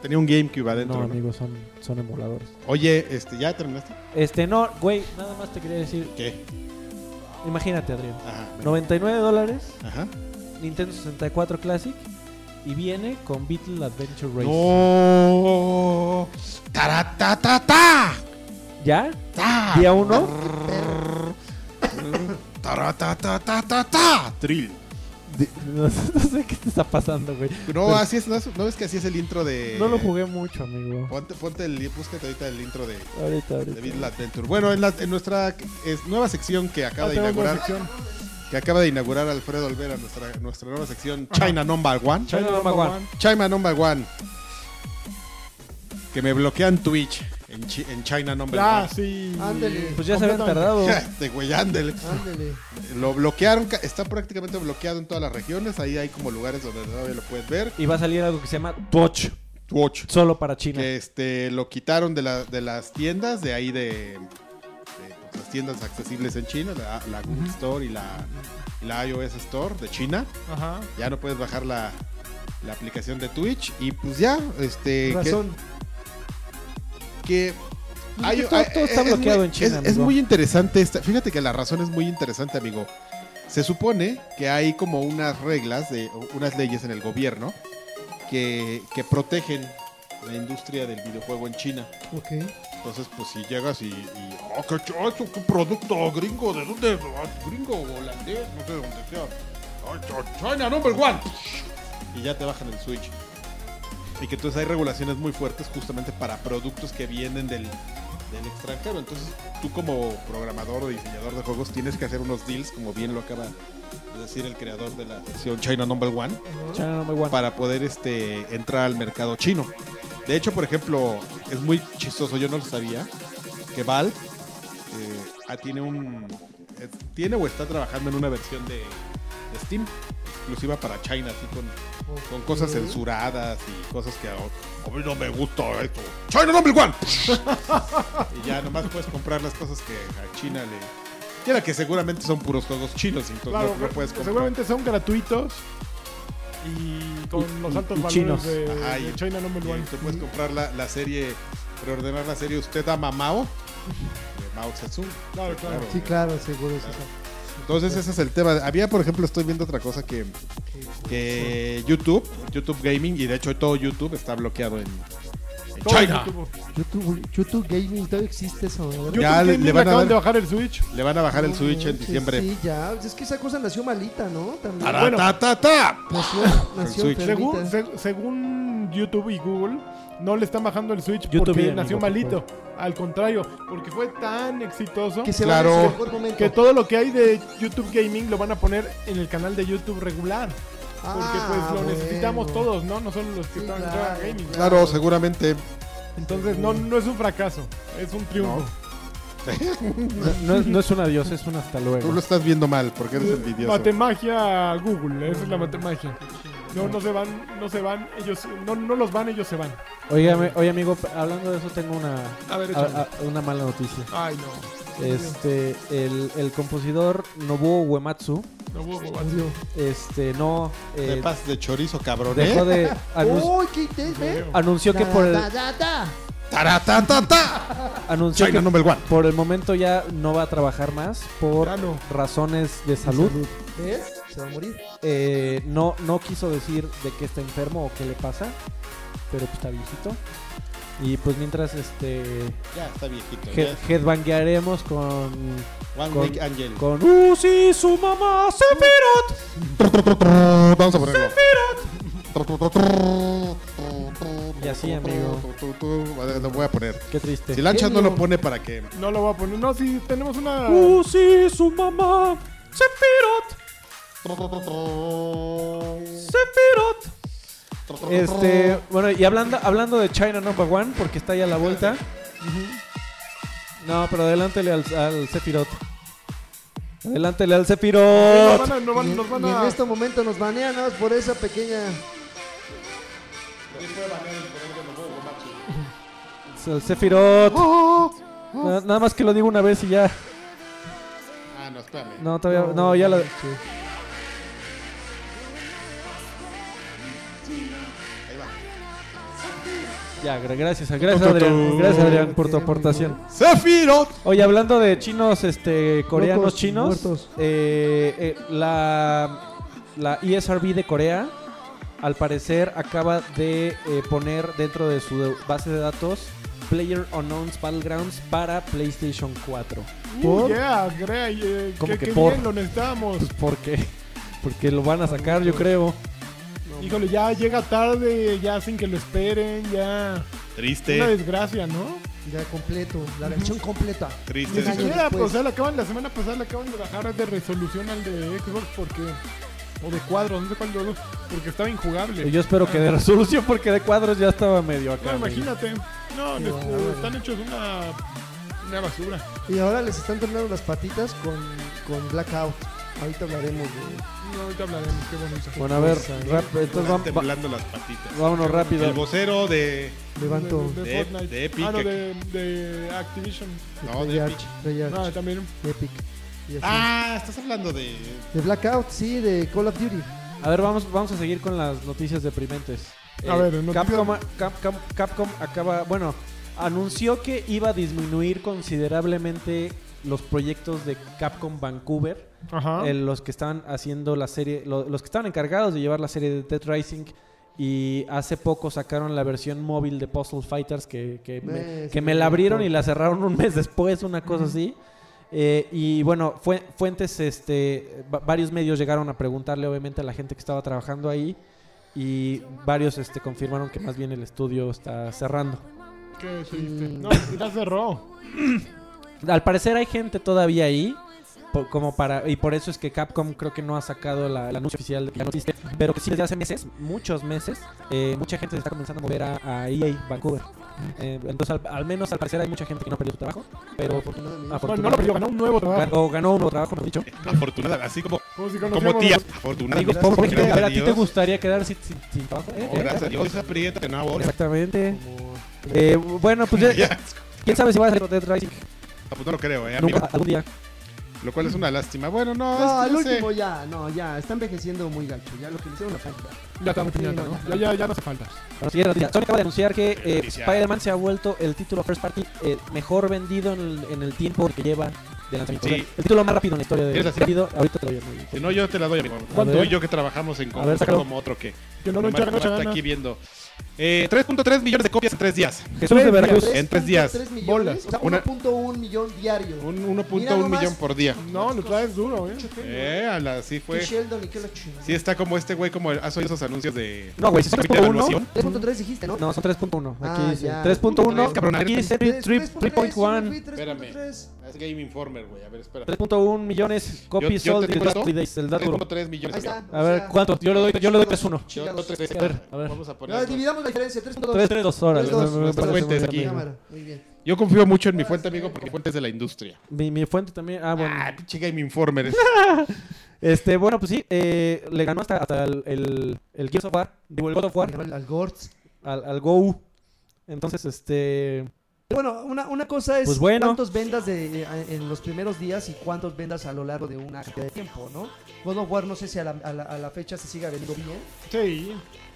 Tenía un GameCube adentro. No, ¿no? amigos, son, son emuladores. Oye, este, ¿ya terminaste? Este, no, güey, nada más te quería decir. ¿Qué? Imagínate, Adrián. Ajá. bueno. 99 dólares, Ajá. Nintendo 64 Classic, y viene con Beatle Adventure Race. No. Taratatata. ¿Ya? Ta. ¿Día Ah. 1? Taratatata. Trill. <laughs> No, sé- no sé qué te está pasando, güey. No, así es, no, es- no es que así es el intro de. No lo jugué mucho, amigo. Ponte, ponte el, búscate ahorita el intro de, Ahorita, de Beat ahorita. la Adventure. Bueno, en, la- en nuestra es, nueva sección que acaba de Ah, tenemos inaugurar, la sección. que acaba de inaugurar Alfredo Olvera, nuestra, nuestra nueva sección China Number One. China number one. China Number One. Que me bloquean Twitch en, Chi- en China Number Ah, One. sí. Ándele. Pues ya se habían Completamente. <laughs> <laughs> tardado. Este güey, ándele. Ándele. Lo bloquearon, ca- está prácticamente bloqueado en todas las regiones. Ahí hay como lugares donde todavía lo puedes ver. Y va a salir algo que se llama Touch, Twitch. solo para China. que este lo quitaron de, la- de las tiendas de ahí de, de, pues, las tiendas accesibles en China la, la Google Store y la, y la iOS Store de China Ajá. ya no puedes bajar la, la aplicación de Twitch y pues ya este que- Razón. que, Pues es que todo- todo está bloqueado muy, en China, es- es amigo. muy interesante esta fíjate que la razón es muy interesante amigo se supone que hay como unas reglas de unas leyes en el gobierno que, que protegen la industria del videojuego en China Ok. Entonces, pues si llegas y. y ¡Ah, qué chacho! ¡Qué producto gringo! ¿De dónde? Ah, Gringo, holandés, no sé de dónde sea. Ah, Ch- China number one. Y ya te bajan el Switch. Y que entonces hay regulaciones muy fuertes justamente para productos que vienen del, del extranjero. Entonces, tú como programador o diseñador de juegos tienes que hacer unos deals, como bien lo acaba de decir el creador de la sección China number one China number one. para poder este, entrar al mercado chino. De hecho, por ejemplo, es muy chistoso, yo no lo sabía, que Valve eh, ah, tiene un... eh, tiene o está trabajando en una versión de, de Steam exclusiva para China, así con, con cosas Ok. censuradas y cosas que a, a mí no me gusta esto. China number <laughs> one. y ya nomás puedes comprar las cosas que a China le... Y era que seguramente son puros juegos chinos, entonces Claro, no, no puedes comprar. seguramente son gratuitos y con los y- altos y valores chinos. de, Ajá, de y- China Number Y One. te puedes comprar la, la serie, reordenar la serie Usted ama Mao, de Mao Zedong. Claro, claro. Sí, claro, seguro. sí, Entonces ese es el tema. Había, por ejemplo, estoy viendo otra cosa que, pues, que YouTube, YouTube Gaming, y de hecho todo YouTube está bloqueado en, Todo China. YouTube. YouTube, YouTube Gaming, todavía existe eso, ¿verdad? Ya YouTube le- Gaming le van a acaban dar- de bajar el Switch. Le van a bajar el No Switch en manches, diciembre. Sí, ya. Pues Es que esa cosa nació malita, ¿no? También. Tará, ta, ta, ta. Nació, nació Switch. enfermita. Según, se- según YouTube y Google, no le están bajando el Switch YouTube porque bien, nació amigo, malito. Al contrario, porque fue tan exitoso que se Claro. va en su mejor momento. que todo lo que hay de YouTube Gaming lo van a poner en el canal de YouTube regular. Porque Ah, pues lo bueno. necesitamos todos, ¿no? No solo los que Sí, estaban en claro. Dragon Gaming. Claro, seguramente. Entonces no, no es un fracaso, es un triunfo. No, no es un adiós, es un hasta Tú lo luego. estás viendo mal porque eres envidioso. Matemagia Google, esa es la matemagia. No, no se van, no se van, ellos, no, no los van, ellos se van. Oye, ami- oye, amigo, hablando de eso tengo una, A Ah, ver, échale. a- a- una mala noticia. Ay, no. Este, el, el compositor Nobuo Uematsu, No hubo vacío. este, no, eh, Te pasas de chorizo, cabrón. ¿eh? <laughs> dejó de, anun- ¡Uy, qué intenso! ¿eh? anunció que por el, Da, da, da. Tará, ta, ta, ta. anunció China que number one. por el momento ya no va a trabajar más por Ya no. razones de salud. ¿Ves? Se va a morir. Eh, no, no quiso decir de qué está enfermo o qué le pasa, pero pues está viejito. Y pues mientras este Ya está viejito. head- ya. headbanguearemos con One con- Week Angel. con Uzi su mamá Sephiroth. Vamos a ponerlo. Y así, amigo. Vale, Lo voy a poner. Qué triste. Si Lanchas no lo Genio. pone para que. No lo voy a poner. No, sí, tenemos una. Uh, Uzi su mamá Sephiroth. Sephiroth. Este, bueno, y hablando, hablando de China Number One, porque está ya a la vuelta. No, pero adelántele al, al Sephiroth. Adelántele al nos Sephiroth. van a, nos Y van, en- nos van y a- en este momento nos baneanos por esa pequeña. Al Sephiroth. Oh, Na- nada más que lo digo una vez y ya. Ah, no, espérame. No, todavía. No, ya lo. Ahí va. Ya, gra- gracias. Gracias, Adrián. Gracias, Adrián, por tu aportación. Sephiroth. Oye, hablando de chinos, este, coreanos Locos, chinos, muertos. eh, eh, la, la E ESRB de Corea, al parecer, acaba de eh, poner dentro de su de- base de datos Player Unknown's Battlegrounds para PlayStation 4. Mm, Uh, yeah, Grey, eh, ¿Cómo qué- que qué por? bien, lo necesitamos. Pues porque, porque lo van a sacar, yo creo. Híjole, ya llega tarde, ya sin que lo esperen, ya. Una Triste. desgracia, ¿no? Ya completo, la versión completa. Triste. Ni Sí, sí, sí. siquiera, pues, Después. o sea, le acaban, la semana pasada le acaban de bajar de resolución al de Xbox porque. O de cuadros, no sé cuál de los dos, porque estaba Y injugable. Yo espero que de resolución, porque de cuadros ya estaba medio acá. No, güey. imagínate. No, les- bárbaro. están hechos una. Una basura. Y ahora les están tornando las patitas con, con Blackout. Ahorita hablaremos de. No, ahorita hablaremos, qué bonito. Bueno, a ver, ¿eh? rap- entonces Están vam- va- temblando las patitas. vámonos rápido. El vocero de. Levanto. De, De- Fortnite. de Epic. Ah, no, de, de Activision. No, de Treyarch, Epic. Treyarch, No, también. Epic. y así. Ah, estás hablando de. De Blackout, sí, de Call of Duty. A ver, vamos, vamos a seguir con las noticias deprimentes. Eh, A ver, noticias- Capcom, Capcom- Capcom acaba, bueno, anunció que iba a disminuir considerablemente los proyectos de Capcom Vancouver, Ajá. eh, los que estaban haciendo la serie, lo- los que estaban encargados de llevar la serie de Dead Rising y hace poco sacaron la versión móvil de Puzzle Fighters que, que me, Eh, sí, que me la abrieron cierto. y la cerraron un mes <laughs> después, una cosa así. Eh, y bueno, fue- fuentes, este, va- varios medios llegaron a preguntarle obviamente a la gente que estaba trabajando ahí y varios este, confirmaron que más bien el estudio está cerrando. Qué triste. No, ya cerró. Al parecer hay gente todavía ahí. po- Como para, y por eso es que Capcom creo que no ha sacado la, el anuncio oficial de que ya no existe, pero que sí desde hace meses, muchos meses, eh, mucha gente se está comenzando a mover a, E a EA Vancouver. Eh, entonces, al, al menos al parecer hay mucha gente que no perdió su trabajo, pero Bueno, no lo perdió, ganó un nuevo trabajo. ganó, ganó un nuevo trabajo, mejor dicho. Afortunada, así como. Como si Como conociéramos tía. los- Afortunada. Digo, por- por- Gracias a ver, a ¿a ti te Dios. gustaría quedar sin, sin- sin trabajo? Eh, Oh, eh, Gracias a Dios, apriétate, no ahora. Exactamente. Eh, bueno, pues ya- Ya. quién sabe si va a salir Dead Rising Ah, pues no lo creo, eh, amigo. nunca, algún día. Lo cual es una lástima. Bueno, no, No, es que al no último ya, no, ya, está envejeciendo muy gacho. Ya lo que le hicieron la falta. Ya está muy piñata, ¿no? Ya, ya, ya no hace falta. Bueno, siguiente noticia. Sony acaba de anunciar que eh, Noticia. Spider-Man se ha vuelto el título first party eh, mejor vendido en el, en el tiempo que lleva de lanzamiento. Sí. O sea, el título más rápido en la historia de ¿Quieres así? vendido. Ahorita te lo digo. sé. Si no, yo te la doy, amigo. A Tú ver. y yo que trabajamos en ver, conjunto sácalo. como otro que. Que no lo nomás echa ganas, está ganas. aquí viendo. Eh, 3.3 millones de copias en 3 días. Jesús de Veracruz. En tres días. 3 millones, Bolas. o sea, Una- 1.1 millón diario. Un Mira 1.1 nomás. millón por día. No, lo traes duro, ¿eh? Eh, a la, sí Y fue. Sheldon y qué la chingada. Sí está como este güey, como has oído esos anuncios de... No, güey, si son 3.1. 3.3 dijiste, ¿no? No, son 3.1. Aquí Ah, dice ya. 3.1. Tres, cabrón, ¿eh? a ver, Aquí dice 3.1. 3.1. Espérame. Es Game Informer, güey. A ver, espera. 3.1 millones copies yo sold te in digo the last esto. three days. El dato duro. 3.3 millones. Ahí está. A o ver, sea, ¿cuánto? Yo le doy, yo le doy 3.1. Yo, chingados. tres, A ver, a ver. Vamos a No, poner... dividamos la diferencia, 3.2. 3.2 horas. Tres, dos. Me- me- me Tres, parece fuentes muy aquí. bien. Cámara, muy bien. Yo confío mucho en mi fuente, amigo, porque mi fuente es de la industria. Mi, mi fuente también. Ah, bueno. Ah, pinche Game <laughs> Informer. es- Este, bueno, pues sí. eh, le ganó hasta, hasta el, el, el Gears of War. Digo, el God of War. Al, al Gortz. Al, al Go. Entonces, este. Pero Bueno, una, una cosa es Pues bueno. cuántos vendas de, eh, en los primeros días y cuántos vendas a lo largo de una cantidad de tiempo, ¿no? God of War, no sé si a la, a la, a la fecha se siga vendiendo bien. Sí.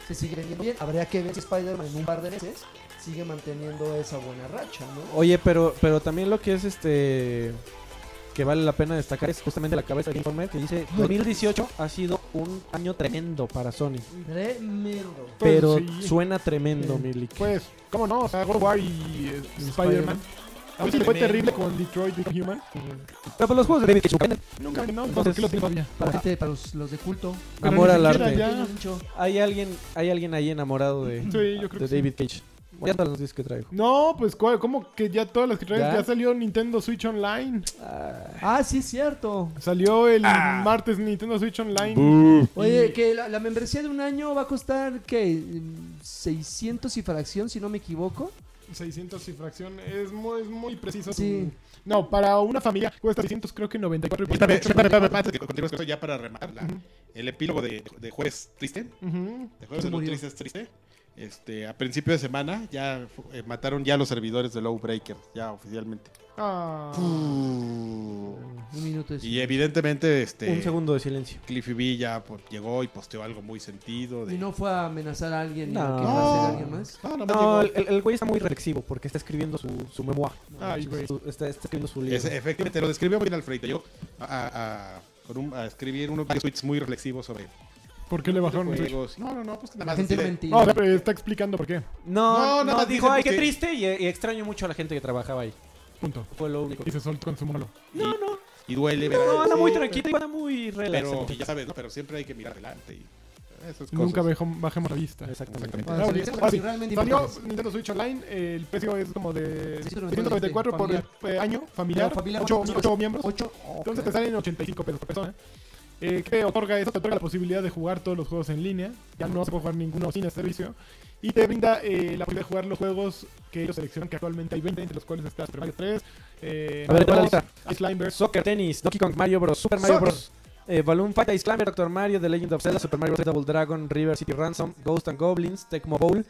Se sigue vendiendo bien. Habría que ver si Spider-Man en un par de meses sigue manteniendo esa buena racha, ¿no? Oye, pero, pero también lo que es este. Que vale la pena destacar es justamente la cabeza del informe que dice 2018 ha sido un año tremendo para Sony. Tremendo. Pero sí. suena tremendo, Sí. Milik. Pues, ¿cómo no? O sea, God of War y eh, Spider-Man. Aunque fue terrible con Detroit Become Human. Pero pues, los juegos de David Cage venden. Nunca, no, Entonces- ¿por qué lo tengo todavía? Para, gente- para los, los de culto. Pero Amor ni al siquiera arte. ya- Mucho. Hay alguien, hay alguien ahí enamorado de, Sí, yo creo de que sí. David Cage. Voy a dar los discos que traigo. No, pues ¿cuál? ¿cómo que ya todas las que traes? ¿Ya? ¿Ya? salió Nintendo Switch Online. Ah, sí, cierto. Salió el martes Nintendo Switch Online. Oye, que la, la membresía de un año va a costar, ¿qué? 600 y fracción, si no me equivoco. 600 y fracción. Es muy, es muy preciso. Sí. No, para una familia cuesta 600, creo que 94 y Espérame, espérame, espérame, espérame, antes de que continuemos con esto, ya para rematar la- el epílogo de, de Jueves Triste. Ujú. De Jueves Se de murió. Noticias Triste. Este, a principio de semana ya fu- eh, mataron ya los servidores de Lowbreaker, ya oficialmente. Ah. Un minuto de Y evidentemente, este... Ah. Un segundo de silencio. Cliffy B ya pues, llegó y posteó algo muy sentido. De... Y no fue a amenazar a alguien No. ni lo que iba a hacer alguien más. No, nomás No, el, llegó. el- el güey está muy reflexivo porque está escribiendo su, su memoir. Ay, güey. Su- está, está escribiendo su libro. Es- efectivamente, lo describió bien Alfredo. Llegó a, a- a- con un- a escribir unos varios tweets muy reflexivos sobre ¿Por qué le bajaron el Switch? juegos. No, no, no, pues que La nada más. gente así de- mentira. No, o sea, pero está explicando por qué. No, no, No, nada más dijo, dicen ay, qué que- triste y, y extraño mucho a la gente que trabajaba ahí. Punto. Fue lo único. Y se soltó con su monólogo. y, No, no, y duele ver. no, anda muy sí, tranquilo y anda muy relax. Pero, y ya sabes, ¿no? pero siempre hay que mirar adelante. Y esas cosas. Nunca bajamos, bajemos la vista. Exactamente. Exactamente. Ah, Ah, sí, sí, sí, ah, sí, sí. realmente Salió importantes. Nintendo Switch Online, eh, el precio es como de 694 194 por eh, año, familiar, Pero familiar, 8, ocho miembros. Ocho. Entonces te salen 85 pesos por persona. Eh, ¿Qué te otorga eso? Te otorga la posibilidad de jugar todos los juegos en línea. Ya no se puede jugar ninguno sin el servicio. Y te brinda eh, la posibilidad de jugar los juegos que ellos seleccionan, que actualmente hay 20, entre los cuales está Super Mario 3, eh, A ver, ¿cuál Mario es la Bros, Ice Climber. Soccer, tenis, Donkey Kong, Mario Bros, Super Mario Soccer. Bros, eh, Balloon Fight, Ice Climber, Doctor Mario, The Legend of Zelda, Super Mario Bros, Double Dragon, River City Ransom, Ghost and Goblins, Tecmo Bowl,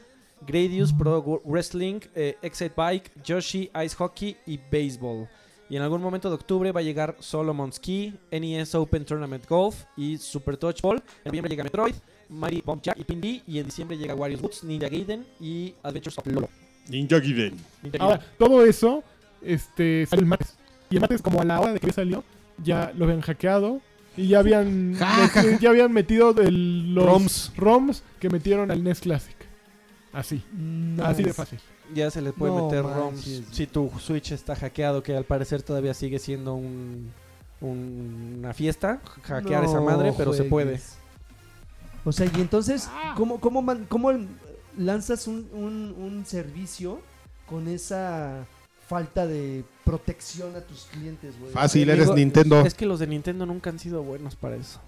Gradius, Pro Wo- Wrestling, eh, Exit Bike, Yoshi, Ice Hockey y Baseball. Y en algún momento de octubre va a llegar Solomon's Key, NES Open Tournament Golf y Super Touch Ball. En noviembre llega Metroid, Mario Bomb Jack y Pin D. Y en diciembre llega Warriors Woods, Ninja Gaiden y Adventures of Lolo. Ninja Gaiden. Ninja Ahora, todo eso este, sale el martes. Y el martes, como a la hora de que salió, ya lo habían hackeado. Y ya habían, eh, ya habían metido el- los ROMs. ROMs. que metieron al NES Classic. Así, así de fácil. Ya se le puede No meter manches. ROMs si tu Switch está hackeado, que al parecer todavía sigue siendo un, un- una fiesta, hackear esa madre, pero se puede. O sea, y entonces, Ah. ¿cómo, cómo, man- cómo lanzas un, un, un servicio con esa falta de protección a tus clientes, güey? Fácil, Amigo, eres Nintendo. Eh, Es que los de Nintendo nunca han sido buenos para eso.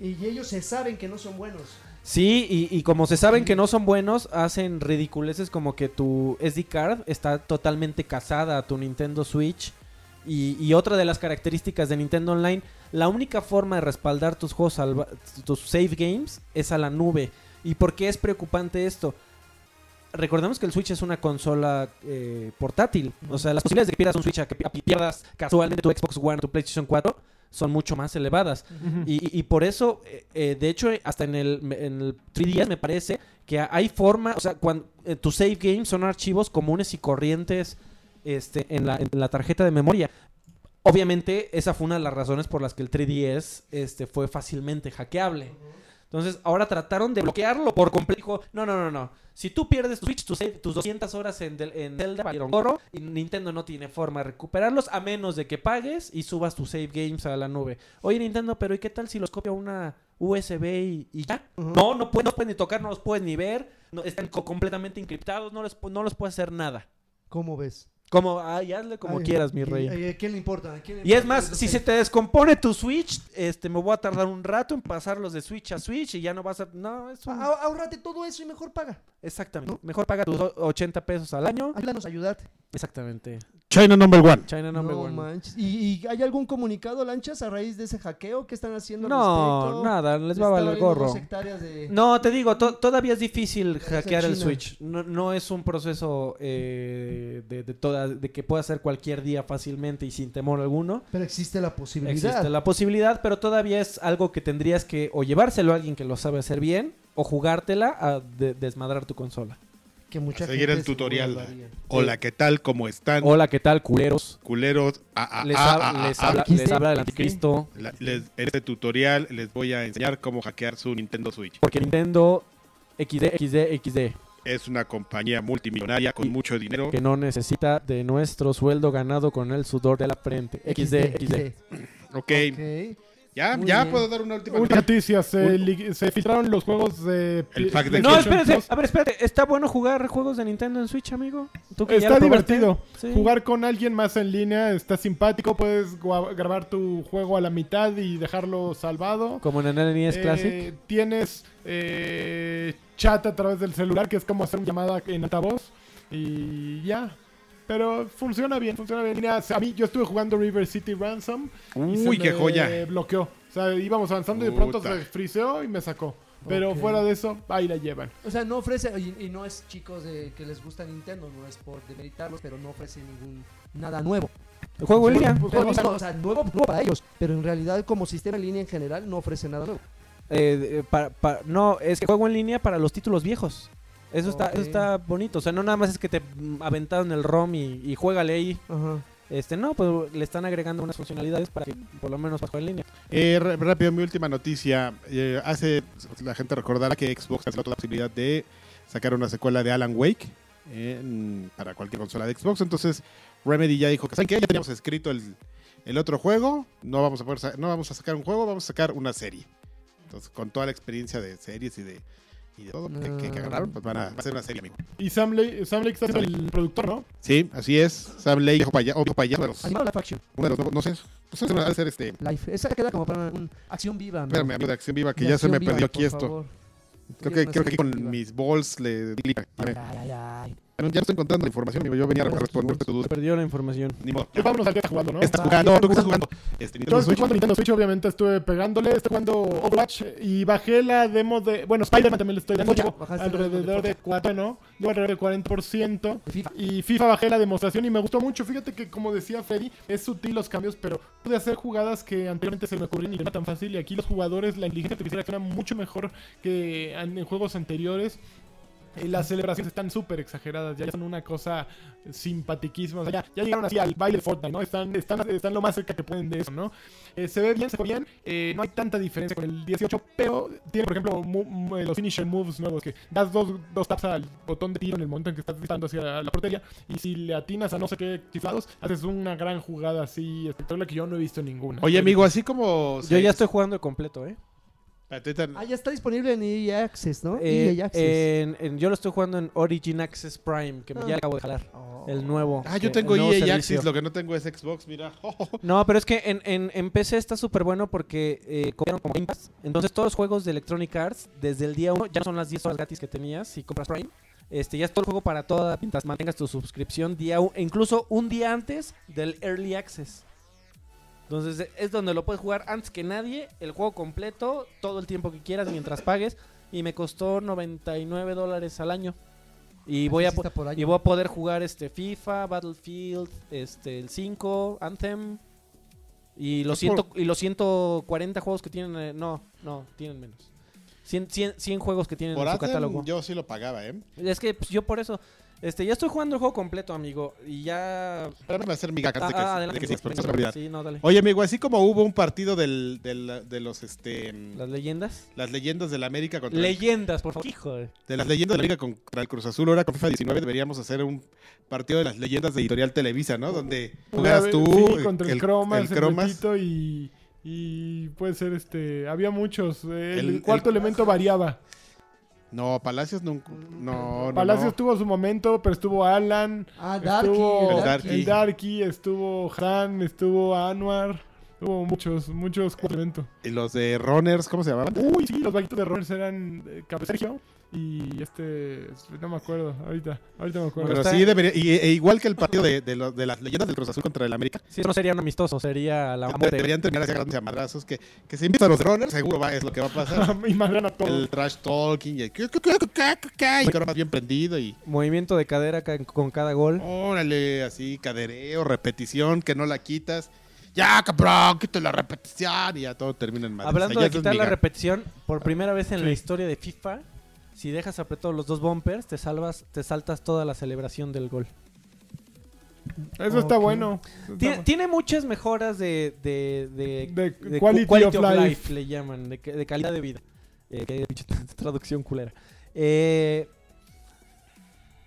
Y, y ellos se saben que no son buenos. Sí, y, y como se saben que no son buenos, hacen ridiculeces como que tu SD card está totalmente casada a tu Nintendo Switch. Y, y otra de las características de Nintendo Online, la única forma de respaldar tus juegos, salva- tus save games, es a la nube. ¿Y por qué es preocupante esto? Recordemos que el Switch es una consola eh, portátil. O sea, las posibilidades de que pierdas un Switch, a que pi- a que pierdas casualmente tu Xbox One, tu PlayStation 4, son mucho más elevadas. Y, y- y por eso, eh, eh, de hecho, eh, hasta en el, me- en el 3DS me parece que ha- hay forma, o sea, cuando tus save games son archivos comunes y corrientes este, en, la, en la tarjeta de memoria. Obviamente, esa fue una de las razones por las que el 3DS este, fue fácilmente hackeable. Entonces, ahora trataron de bloquearlo por completo. Dijo, No, no, no, no. Si tú pierdes tu Switch, tus, tus 200 horas en, Del- en Zelda valieron gorro y Nintendo no tiene forma de recuperarlos a menos de que pagues y subas tus save games a la nube. Oye, Nintendo, pero ¿y qué tal si los copia una USB y, y ya? No, no puedes, no puedes ni tocar, no los puedes ni ver. no- están co- completamente encriptados, no, les pu- no los puedes hacer nada. ¿Cómo ves? Como, ay, hazle como Ay, quieras, mi ¿y- rey. eh, ¿A quién le importa? ¿A quién le Y es importa? más, si se te descompone tu Switch, este, me voy a tardar un rato en pasarlos de Switch a Switch y ya no vas a... No, es un- Ah, ah, Ahórrate todo eso y mejor paga. Exactamente. Mejor paga tus o- 80 pesos al año. Ayúdanos a ayudarte. Exactamente. China number one. China No, number one. manches. ¿Y, y hay algún comunicado, Lanchas, a raíz de ese hackeo? ¿Qué están haciendo al No, respecto? nada, les va a Está valer valiendo gorro. dos hectáreas de- No, te digo, to- todavía es difícil Gracias a hackear el China. Switch. No, no es un proceso eh, de, de toda, de que pueda ser cualquier día fácilmente y sin temor alguno. Pero existe la posibilidad. Existe la posibilidad, pero todavía es algo que tendrías que o llevárselo a alguien que lo sabe hacer bien o jugártela a de- desmadrar tu consola. Que mucha A seguir gente el se tutorial. guardaría. Hola, ¿qué tal? ¿Cómo están? Hola, ¿qué tal, culeros? Culeros. Ah, ah, Les, ah, hab- ah, les ah, habla, aquí les está. habla el anticristo. La- les- en este tutorial les voy a enseñar cómo hackear su Nintendo Switch. Porque Nintendo XD, XD, XD. Es una compañía multimillonaria con Y- mucho dinero. que no necesita de nuestro sueldo ganado con el sudor de la frente. XD, XD. Ok, Ok. ya, Muy ya bien. puedo dar una última. Una noticia? noticia, se, li- se filtraron los juegos de... El pack de No, PlayStation espérate, a ver, espérate. ¿Está bueno jugar juegos de Nintendo en Switch, amigo? ¿Tú que ya Está lo probaste? divertido. Sí. Jugar con alguien más en línea está simpático. Puedes gua- grabar tu juego a la mitad y dejarlo salvado. Como en el NES Eh, Classic. Tienes eh, chat a través del celular, que es como hacer una llamada en altavoz. Y ya. Pero funciona bien, funciona bien. Mira, a mí yo estuve jugando River City Ransom. y se Uy, qué me joya. bloqueó. O sea, íbamos avanzando y de pronto Puta. se friseó y me sacó. Pero Ok. fuera de eso, ahí la llevan. O sea, no ofrece, y, y no es chicos de, que les gusta Nintendo, no es por demeritarlos, pero no ofrece ningún, nada nuevo. Juego en línea. Pero, o, sea, no, o sea, nuevo, nuevo para ellos, pero en realidad como sistema en línea en general no ofrece nada nuevo. Eh, eh, para- para- no, es que juego en línea para los títulos viejos. Eso está, eso Ok. está bonito. O sea, no nada más es que te mm, aventaron el ROM y, y juégale ahí. Ajá. Este, no, pues le están agregando unas funcionalidades para que por lo menos para jugar en línea. Eh, r- rápido, mi última noticia. Eh, hace la gente recordará que Xbox canceló la posibilidad de sacar una secuela de Alan Wake en- para cualquier consola de Xbox. Entonces, Remedy ya dijo que ¿saben qué? ya teníamos escrito el, el otro juego. No vamos a poder sa- no vamos a sacar un juego, vamos a sacar una serie. Entonces, con toda la experiencia de series y de, y de todo que, Ah. que- que agarraron, pues van a, va a ser una serie, amigo. Y Sam Lake, Sam Lake está siendo el productor, ¿no? Sí, así es. Sam Lake, viejo paya- o viejo payaso, de los- Animado Life Action, uno de los- no sé, pues eso va a ser este. Life. Esa queda como para una acción viva. amigo. Espérame, amigo de Acción Viva, que De ya se acción me viva, perdió aquí por esto. favor. Creo Ella es que, una creo que aquí con selectiva. mis balls le di clic. A ver, Ay, ay, ay. Ya no estoy encontrando la información, amigo. Yo venía a responderte tu Se duda. perdió la información. Ni modo. Pues vámonos al que está jugando, ¿no? Estás jugando, tú que estás jugando. Este, Yo Nintendo estoy Switch. jugando Nintendo Switch, obviamente estuve pegándole, estoy jugando Overwatch y bajé la demo de... Bueno, Spider-Man también le estoy dando, Pocha, llevo bajaste la demo de alrededor de Pocha. 4, ¿no? Llevo alrededor de 40%. FIFA. Y FIFA bajé la demostración y me gustó mucho. Fíjate que, como decía Freddy, es sutil los cambios, pero pude hacer jugadas que anteriormente se me ocurrían y no era tan fácil. Y aquí los jugadores, la inteligencia artificial acciona mucho mejor que en en juegos anteriores. Eh, Las celebraciones están súper exageradas, ya son una cosa simpatiquísima. O sea, ya, ya llegaron así al baile de Fortnite, ¿no? Están, están, están lo más cerca que pueden de eso, ¿no? Eh, se ve bien, se ve bien. eh, no hay tanta diferencia con el 18, pero tiene, por ejemplo, mu- mu- eh, los finisher moves nuevos que das dos, dos taps al botón de tiro en el momento en que estás disparando hacia la portería. Y si le atinas a no sé qué chiflados, haces una gran jugada así espectacular que yo no he visto ninguna. Oye, amigo, así como. Yo ya estoy jugando de completo, ¿eh? Espérate, ahorita- Ah, ya está disponible en EA Access, ¿no? Eh, EA Access. en- en- yo lo estoy jugando en Origin Access Prime, que ya Ah. le acabo de jalar. Oh. El nuevo. Ah, yo eh, tengo el nuevo EA servicio. Access, lo que no tengo es Xbox, mira. <laughs> <laughs> No, pero es que en, en, en PC está súper bueno porque eh, copiaron como Game Pass. Entonces todos los juegos de Electronic Arts, desde el día 1, ya no son las 10 horas gratis que tenías si compras Prime. Este, ya es todo el juego para toda, mientras mantengas tu suscripción día u- e incluso un día antes del Early Access. Entonces eh, es donde lo puedes jugar antes que nadie, el juego completo, todo el tiempo que quieras mientras pagues. Y me costó 99 dólares al año. Y voy a, Oh, Sí po- está por ahí. y voy a poder jugar este FIFA, Battlefield, este el 5, Anthem y los, Yo por- ciento- y los 140 juegos que tienen, eh, no, no, tienen menos. 100, 100 100 juegos que tienen Por en su Anthem, catálogo. yo sí lo pagaba, ¿eh? Es que pues, yo por eso Este, ya estoy jugando el juego completo, amigo. Y ya. Espérame a hacer mi gaca, Ah, antes de que- ah, de adelante. que sigas, porque es venga. una prioridad. Sí, no, dale. Oye, amigo, así como hubo un partido del, del- de los este Las leyendas. las leyendas de la América contra el- Leyendas, por favor. Hijo de. de las leyendas de la América contra el Cruz Azul, ahora con FIFA 19 deberíamos hacer un partido de las leyendas de Editorial Televisa, ¿no? Donde jugaras tú eh, Sí, contra el, Cromas, el, Betito y, y puede ser este. Había muchos. eh, El, El- cuarto el- elemento variaba. No, Palacios nunca no, no, Palacios no. tuvo su momento, pero estuvo Alan, Ah, Darky. estuvo el Darky. el Darky, estuvo Han, estuvo Anwar. Hubo muchos, muchos cuarto elemento. Y los de Runners, ¿cómo se llamaban? Uy, sí, los vaquitos de Rogers eran eh, Cabe Sergio y este. No me acuerdo, ahorita, ahorita me acuerdo. Pero está- sí debería y, e igual que el partido de, de lo- de las leyendas del Cruz Azul contra el América. Sí, eso no sería un amistoso, sería la muerte. Deberían terminar así agarrándose a madrazos que que se invitan a los de Runners, seguro va es lo que va a pasar. <laughs> y madrean a todos. el trash talking y el cu, cu, cu, cu, cu, cu, y que ahora más bien prendido y Movimiento de cadera ca- con cada gol. órale así cadereo repetición que no la quitas ya cabrón quito la repetición y ya todo termina en madre Hablando de quitar la repetición, por primera vez en la historia de FIFA, si dejas apretados los dos bumpers, te salvas, te saltas toda la celebración del gol. Eso está Ok. bueno. Tiene, tiene muchas mejoras de, de, de, De de quality cu- quality of life. le llaman, de, que- de calidad de vida. Eh, qué pinche <laughs> traducción culera. Eh,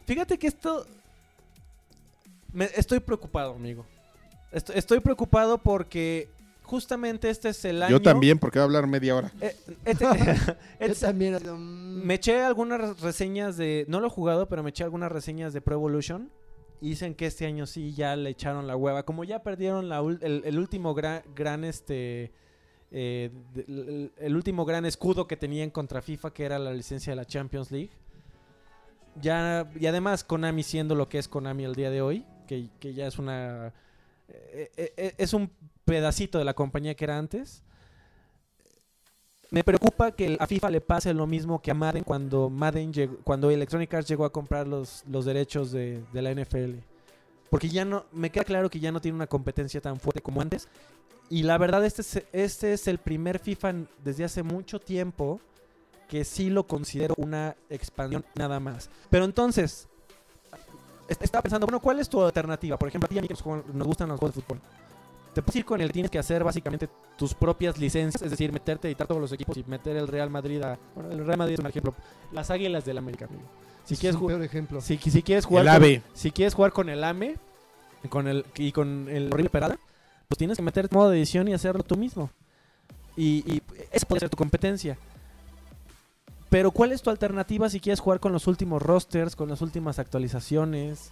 fíjate que esto... me- estoy preocupado, amigo. Esto- estoy preocupado porque justamente este es el año... yo también porque voy a hablar media hora Eh, <laughs> este- <laughs> Yo este- también. Mm. me eché algunas re- reseñas de. No lo he jugado, pero me eché algunas reseñas de Pro Evolution. Y Dicen que este año sí ya le echaron la hueva. Como ya perdieron la ul- el, el último gran, gran este. eh, de- el, el último gran escudo que tenían contra FIFA, que era la licencia de la Champions League. Ya, y además Konami siendo lo que es Konami al día de hoy, que, que ya es una. eh, eh, eh, es un pedacito de la compañía que era antes. Me preocupa que a FIFA le pase lo mismo que a Madden cuando Madden llegó- cuando Electronic Arts llegó a comprar los, los derechos de, de la NFL. Porque ya no, me queda claro que ya no tiene una competencia tan fuerte como antes. Y la verdad, este es, este es el primer FIFA en- desde hace mucho tiempo que sí lo considero una expansión nada más. Pero entonces, est- estaba pensando, bueno, ¿cuál es tu alternativa? Por ejemplo, a ti y a mí que nos juegan- nos gustan los juegos de fútbol. Te puedes ir con el que tienes que hacer básicamente tus propias licencias, es decir, meterte a editar todos los equipos y meter el Real Madrid a. Bueno, el Real Madrid es un ejemplo. Las Águilas del América, amigo. Si quieres, ju- Por ejemplo. si, si quieres jugar el con- ave si quieres jugar con el AME con el, y con el horrible Perada, pues tienes que meter modo de edición y hacerlo tú mismo. Y, y esa puede ser tu competencia. Pero ¿cuál es tu alternativa si quieres jugar con los últimos rosters, con las últimas actualizaciones,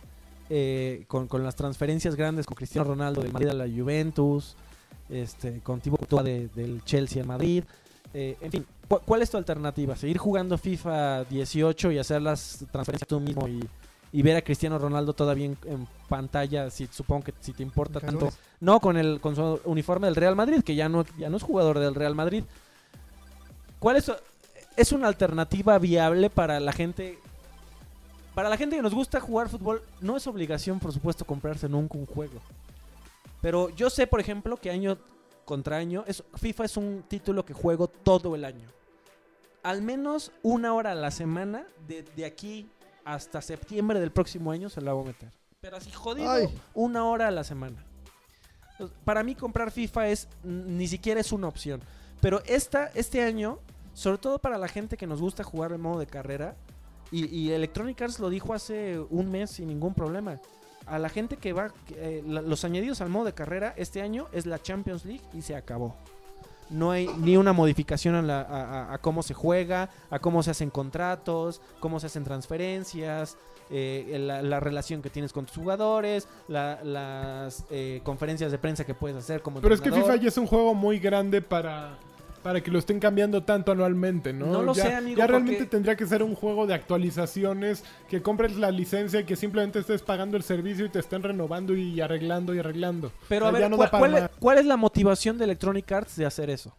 eh, con, con las transferencias grandes con Cristiano Ronaldo del Madrid a la Juventus, este, con Thibaut Courtois de- del Chelsea al Madrid? Eh, en fin, ¿cu- ¿cuál es tu alternativa? ¿Seguir jugando FIFA 18 y hacer las transferencias tú mismo y, y ver a Cristiano Ronaldo todavía en, en pantalla, si supongo que si te importa Calores. tanto. No, con el con su uniforme del Real Madrid, que ya no, ya no es jugador del Real Madrid. ¿Cuál es, es una alternativa viable para la gente? Para la gente que nos gusta jugar fútbol, no es obligación, por supuesto, comprarse nunca un juego. Pero yo sé, por ejemplo, que año contra año, es, FIFA es un título que juego todo el año. Al menos una hora a la semana, de, de aquí hasta septiembre del próximo año, se la voy a meter. Pero así jodido, Ay. una hora a la semana. Entonces, Para mí comprar FIFA es ni siquiera es una opción. Pero esta, este año, sobre todo para la gente que nos gusta jugar en modo de carrera, y, y Electronic Arts lo dijo hace un mes sin ningún problema. A la gente que va, que, eh, la- los añadidos al modo de carrera este año es la Champions League y se acabó. No hay ni una modificación a, la- a- a- a cómo se juega, a cómo se hacen contratos, cómo se hacen transferencias, eh, la, la relación que tienes con tus jugadores, la- las eh, conferencias de prensa que puedes hacer como Pero es que entrenador. FIFA ya es un juego muy grande para, para que lo estén cambiando tanto anualmente, ¿no? No lo ya, sé, amigo, Ya porque- realmente tendría que ser un juego de actualizaciones, que compres la licencia y que simplemente estés pagando el servicio y te estén renovando y arreglando y arreglando. Pero O a sea, ver, ya no ¿cuál, da para cuál es, más. cuál es la motivación de Electronic Arts de hacer eso?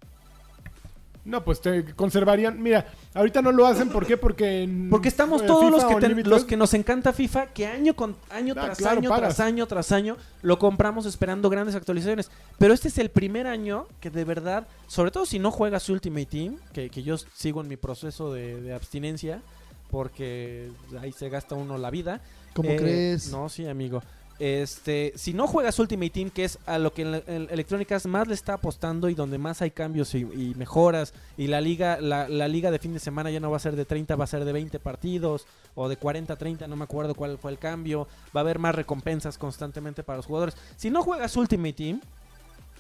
No, pues te conservarían. Mira, ahorita no lo hacen, ¿por qué? Porque. en, Porque estamos eh, todos FIFA los que, ten- Unlimited- los que nos encanta FIFA, que año con año Ah, tras claro, año, pagas. tras año, tras año, lo compramos esperando grandes actualizaciones. Pero este es el primer año que de verdad, sobre todo si no juegas Ultimate Team, que, que yo sigo en mi proceso de, de abstinencia, porque ahí se gasta uno la vida. ¿Cómo Eh, crees? No, sí, amigo. Este, si no juegas Ultimate Team, que es a lo que en la- en Electronic Arts más le está apostando y donde más hay cambios y, y mejoras, y la liga, la, la liga de fin de semana ya no va a ser de 30, va a ser de 20 partidos, o de 40 a 30, no me acuerdo cuál fue el cambio, va a haber más recompensas constantemente para los jugadores. Si no juegas Ultimate Team,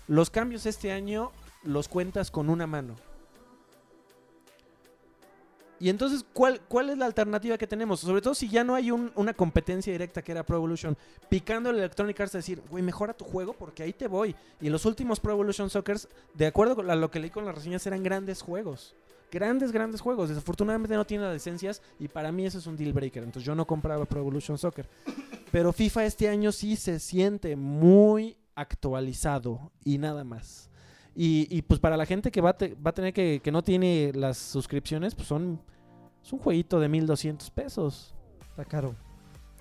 los cambios este año los cuentas con una mano. Y entonces, ¿cuál, ¿cuál es la alternativa que tenemos? Sobre todo si ya no hay un- una competencia directa que era Pro Evolution, picando el Electronic Arts a decir, güey, mejora tu juego porque ahí te voy. Y los últimos Pro Evolution Soccer, de acuerdo con la- lo que leí con las reseñas, eran grandes juegos. Grandes, grandes juegos. Desafortunadamente no tiene las licencias y para mí eso es un deal breaker. Entonces yo no compraba Pro Evolution Soccer. Pero FIFA este año sí se siente muy actualizado y nada más. Y, y, pues para la gente que va a, te- va a tener que, que no tiene las suscripciones, pues son es un jueguito de 1200 pesos. Está caro.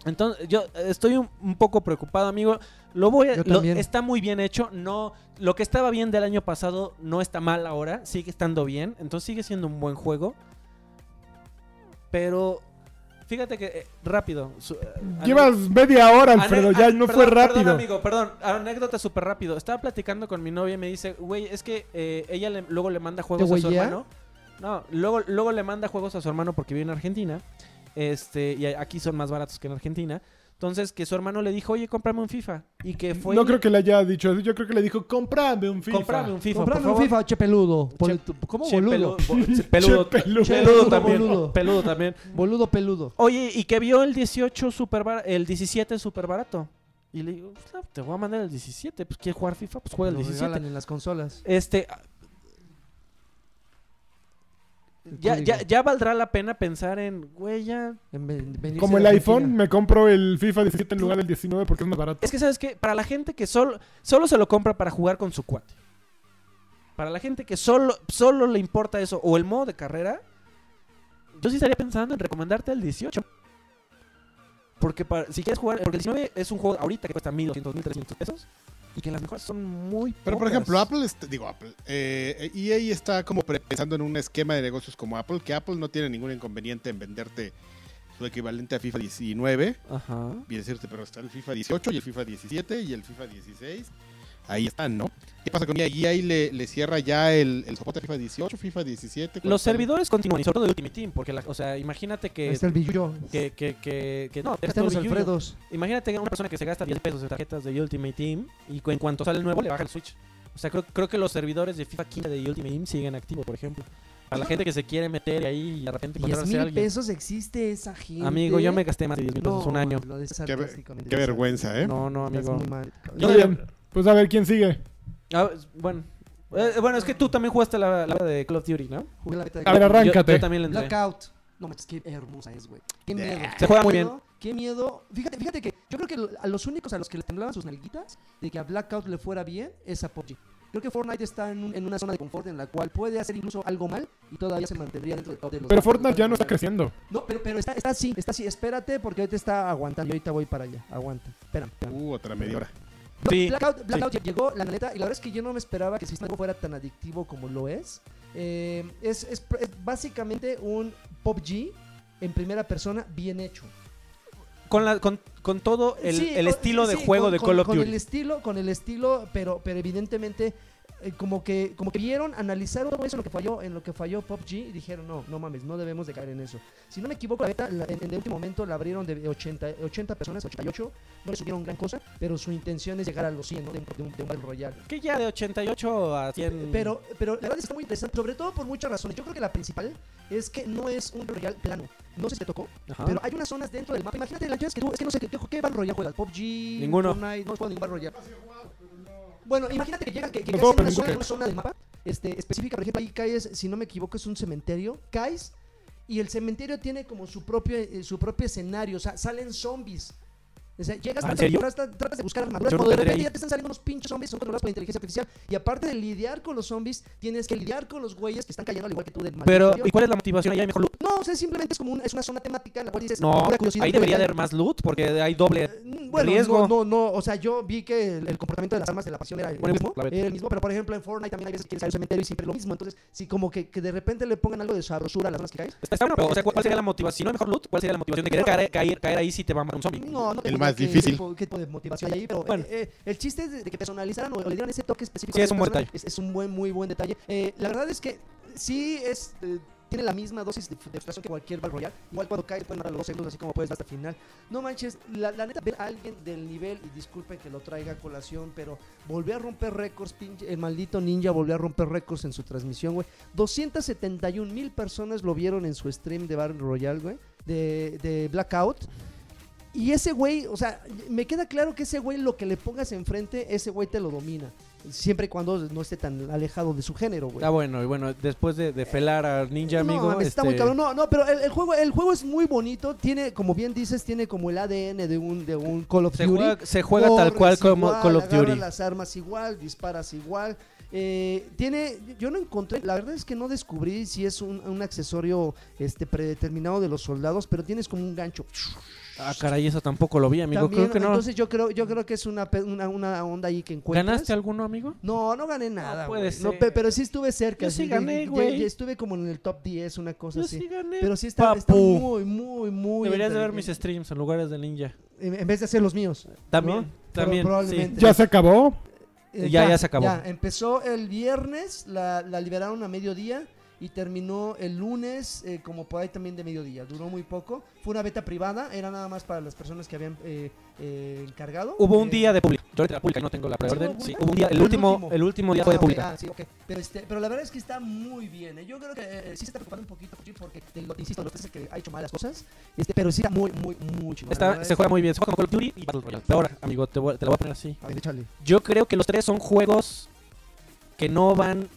Entonces, yo eh, estoy un, un poco preocupado, amigo. Lo voy a, Yo lo- también. está muy bien hecho. No, lo que estaba bien del año pasado no está mal ahora. Sigue estando bien. Entonces sigue siendo un buen juego. Pero fíjate que eh, rápido. su- eh, Llevas media hora, Ane- Alfredo, ya ah, no perdón, fue perdón, rápido. amigo, perdón. Anécdota súper rápido. Estaba platicando con mi novia y me dice, güey, es que eh, ella le- luego le manda juegos a su huellea? hermano. No, luego, luego le manda juegos a su hermano porque vive en Argentina. Este, y a- aquí son más baratos que en Argentina. Entonces, que su hermano le dijo, oye, cómprame un FIFA. Y que fue. no creo que le haya dicho eso. Yo creo que le dijo, comprame un FIFA. Comprame un FIFA. Comprame por un favor". FIFA, che peludo. Ponle Che- tu- ¿Cómo Che, boludo? pelu- bo- che, <laughs> peludo. <laughs> Che, peludo. Peludo también. Boludo. Peludo también. Boludo peludo. Oye, y que vio el 18 super bar- el 17 super barato. Y le digo, "Pues, no, te voy a mandar el 17. Pues quiere jugar FIFA, pues juega el Lo 17. regalan en las consolas. Este. ah, El Ya, ya, código. ya valdrá la pena pensar en, güey, ya. En ven- venirse Como de el Argentina. iPhone, me compro el FIFA 17 en lugar del 19 porque es más barato. Es que, ¿sabes qué? Para la gente que solo, solo se lo compra para jugar con su cuate. Para la gente que solo, solo le importa eso o el modo de carrera, yo sí estaría pensando en recomendarte el 18. Porque para- si quieres jugar, porque el 19 es un juego ahorita que cuesta 1200, 1300 pesos y que las mejoras son muy Pero por pocas. ejemplo, Apple, est- digo Apple, eh, EA está como pre- pensando en un esquema de negocios como Apple, que Apple no tiene ningún inconveniente en venderte su equivalente a FIFA 19 Ajá. y decirte, pero está el FIFA 18 y el FIFA 17 y el FIFA 16. Ahí están, ¿no? ¿Qué pasa con E EA? EA le, le cierra ya el, el soporte a FIFA 18, FIFA 17. cuando Los sale- servidores continúan y sobre todo de Ultimate Team, porque, la- o sea, imagínate Ahí que está el billuyo. Eh, que, que, que, que no, Ahí deja están todo los de Yuyu. Alfredos. Imagínate una persona que se gasta 10 pesos en tarjetas de Ultimate Team y cu- en cuanto sale el nuevo le baja el Switch. O sea, creo, creo que los servidores de FIFA 15 de Ultimate Team siguen activos, por ejemplo. Para la gente que se quiere meter ahí y de repente 10 encontrarse a mil alguien. pesos existe esa gente. Amigo, yo me gasté más de 10 mil pesos No, un año. lo de Qué, ver- sarcástico, me qué interesa. vergüenza, ¿eh? No, no, Estás amigo. muy mal, cabrón. Muy bien. Pues a ver quién sigue. Ah, es- bueno. Eh, bueno, es que tú también jugaste la, la de Call of Duty, ¿no? Jugué la beta de A ver, Yo- arráncate. Yo, también le entré. Blackout. No manches, qué hermosa es, güey. Qué miedo. Se juega muy Qué bien. miedo, Qué miedo. Fíjate, fíjate que yo creo que lo- a los únicos a los que le temblaban sus nalguitas de que a Blackout le fuera bien es a PUBG. Creo que Fortnite está en, un- en una zona de confort en la cual puede hacer incluso algo mal y todavía se mantendría dentro de, de los... Pero Fortnite ya no está creciendo. No, pero, pero está, está así, está así. Espérate porque ahorita está aguantando. Yo ahorita voy para allá. Aguanta. Espérame. espérame. Uh, otra media hora. No, Sí, Blackout, Blackout llegó, la neta, y la verdad es que yo no me esperaba que el sistema fuera tan adictivo como lo es. Eh, es, es pr- es básicamente un Pop G en primera persona bien hecho. Con, la, con, con todo el, Sí, el con- estilo de sí, juego con- de con- Call of con Duty. el estilo, con el estilo, pero, pero evidentemente eh, como que como que vieron, analizaron todo eso en lo que falló, en lo que falló Pop G y dijeron, "No, no mames, no debemos de caer en eso." Si no me equivoco, la beta la- en, en el último momento la abrieron de 80, 80 personas, 88, no le subieron gran cosa, pero su intención es llegar a los 100 ¿no? de, un- de un, de un Battle Royale. Que ya de 88 a 100. Pero, pero la verdad está muy interesante, sobre todo por muchas razones. Yo creo que la principal es que no es un Royal plano. No sé si te tocó, Ajá. pero hay unas zonas dentro del mapa. Imagínate, Lanchas, que tú, es que no sé qué, qué, qué Battle Royale juegas. PUBG, Ninguno. Fortnite, no juego ningún Battle Royale. Bueno, imagínate que llegas, que, que No caes juego, en pero una zona, nunca. en una zona del mapa este, específica. Por ejemplo, ahí caes, si no me equivoco, es un cementerio. Caes y el cementerio tiene como su propio, eh, su propio escenario. O sea, salen zombies. O sea, llegas, ¿Ah, en tratas, serio? tratas- tratas de buscar armaduras, Yo no cuando de tendría repente ahí. ya te están saliendo unos pinches zombies, son controlados por inteligencia artificial. Y aparte de lidiar con los zombies, tienes que lidiar con los güeyes que están cayendo al igual que tú del maldito Pero, avión. ¿y cuál es la motivación? Ahí hay mejor loot. No, o sea, simplemente es como un- es una zona temática en la cual dices, No, "Pura curiosidad, ahí pura debería de curiosidad". haber más loot porque hay doble. Eh, Bueno, riesgo. No, no, no, o sea, yo vi que el, el comportamiento de las armas de la pasión era el Bueno, mismo, la beta. era el mismo, pero por ejemplo en Fortnite también hay veces que quieres ir al cementerio y siempre lo mismo, entonces si como que, que de repente le pongan algo de sabrosura a las armas que caes, Está, está bueno, pero o sea, ¿cuál cuál sería la motivación? Si no hay mejor loot, ¿cuál sería la motivación de querer caer, caer, caer ahí si te va a matar un zombie? no, no te El digo más qué difícil. tipo- qué tipo de motivación hay ahí, pero Bueno. eh, eh, el chiste es de, de que personalizaran o, o le dieran ese toque específico. Sí, a es un buen persona, detalle. Es, es un buen, muy buen detalle. Eh, la verdad es que sí es... eh, tiene la misma dosis de, de frustración que cualquier Battle Royale. Igual cuando caes pueden dar los dos segundos, así como puedes dar hasta el final. No manches, la, la neta, ver a alguien del nivel, y disculpen que lo traiga a colación, pero volvió a romper récords, pinche, el maldito ninja volvió a romper récords en su transmisión, güey. 271 mil personas lo vieron en su stream de Battle Royale, güey, de, de Blackout. Y ese güey, o sea, me queda claro que ese güey lo que le pongas enfrente, ese güey te lo domina. Siempre y cuando no esté tan alejado de su género, güey. Ah, bueno, y bueno, después de, de felar a Ninja No, Amigo. mames, está este, muy cabrón. No, no, pero el, el juego, el juego es muy bonito. Tiene, como bien dices, tiene como el ADN de un, de un Call of Se Duty. juega, se juega tal Corres cual como igual, Call of agarras Duty. las armas igual, disparas igual. Eh, tiene, yo no encontré, la verdad es que no descubrí si es un, un accesorio este predeterminado de los soldados, pero tienes como un gancho. Ah, caray, eso tampoco lo vi, amigo. También, Creo que no. Entonces yo creo, yo creo que es una, pe- una, una onda ahí que encuentras. ¿Ganaste alguno, amigo? No, no gané nada. puede güey. ser. pe- pero sí estuve cerca. Yo sí así, gané, ya- ya- güey. ya Estuve como en el top 10, una cosa así. gané. Pero sí está, está Papu. muy, muy, muy. Deberías de ver mis entreten- streams en lugares de Ninja. En en vez de hacer los míos. También, ¿no? Pero también. probablemente. ¿Ya se acabó? Eh, Ya, ya se acabó. Ya, empezó el viernes, la, la liberaron a mediodía y terminó el lunes, eh, como por ahí también de mediodía. Duró muy poco. Fue una beta privada, era nada más para las personas que habían eh, eh, encargado. sí. Hubo un Eh, día de pública. Yo ahorita la pública no tengo la preorden. hubo Sí, una? hubo un día. El El último, último. el último día Ah, fue de ok, pública. ah, sí, ok. Pero, este, pero la verdad es que está muy bien. ¿eh? Yo creo que eh, sí se está preocupando un poquito PUBG, porque, te lo, insisto, lo que pasa es que ha hecho malas cosas. Este, pero sí está muy, muy, muy chingón. La Está, verdad se es- juega muy bien. Se juega como Call of Duty y Battle Royale. Pero ahora, amigo, te, voy- te la voy a poner así. A ver, échale. Yo creo que los tres son juegos que no van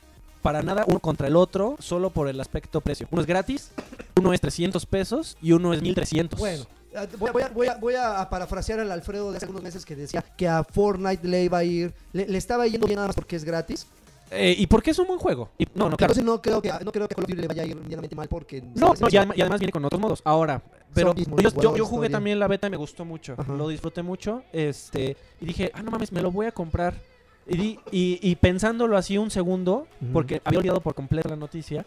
para nada uno contra el otro, solo por el aspecto precio. Uno es gratis, uno es 300 pesos y uno es 1300. Bueno, ah, voy a, voy a- voy a- voy a parafrasear al Alfredo de hace algunos meses que decía que a Fortnite le iba a ir, le, le estaba yendo bien nada más porque es gratis. Eh, ¿Y por qué es un buen juego? Y- no, no, claro. Entonces no creo que no creo que a Call of Duty le vaya a ir medianamente mal porque No, no, y, adem- y además viene con otros modos. Ahora, pero Zombies, yo, monos, yo- yo huevos, jugué historia. también la beta y me gustó mucho. Ajá. Lo disfruté mucho. Este, y dije, ah, no mames, me lo voy a comprar. Y, di- y- y pensándolo así un segundo, Ujú. porque había olvidado por completo la noticia.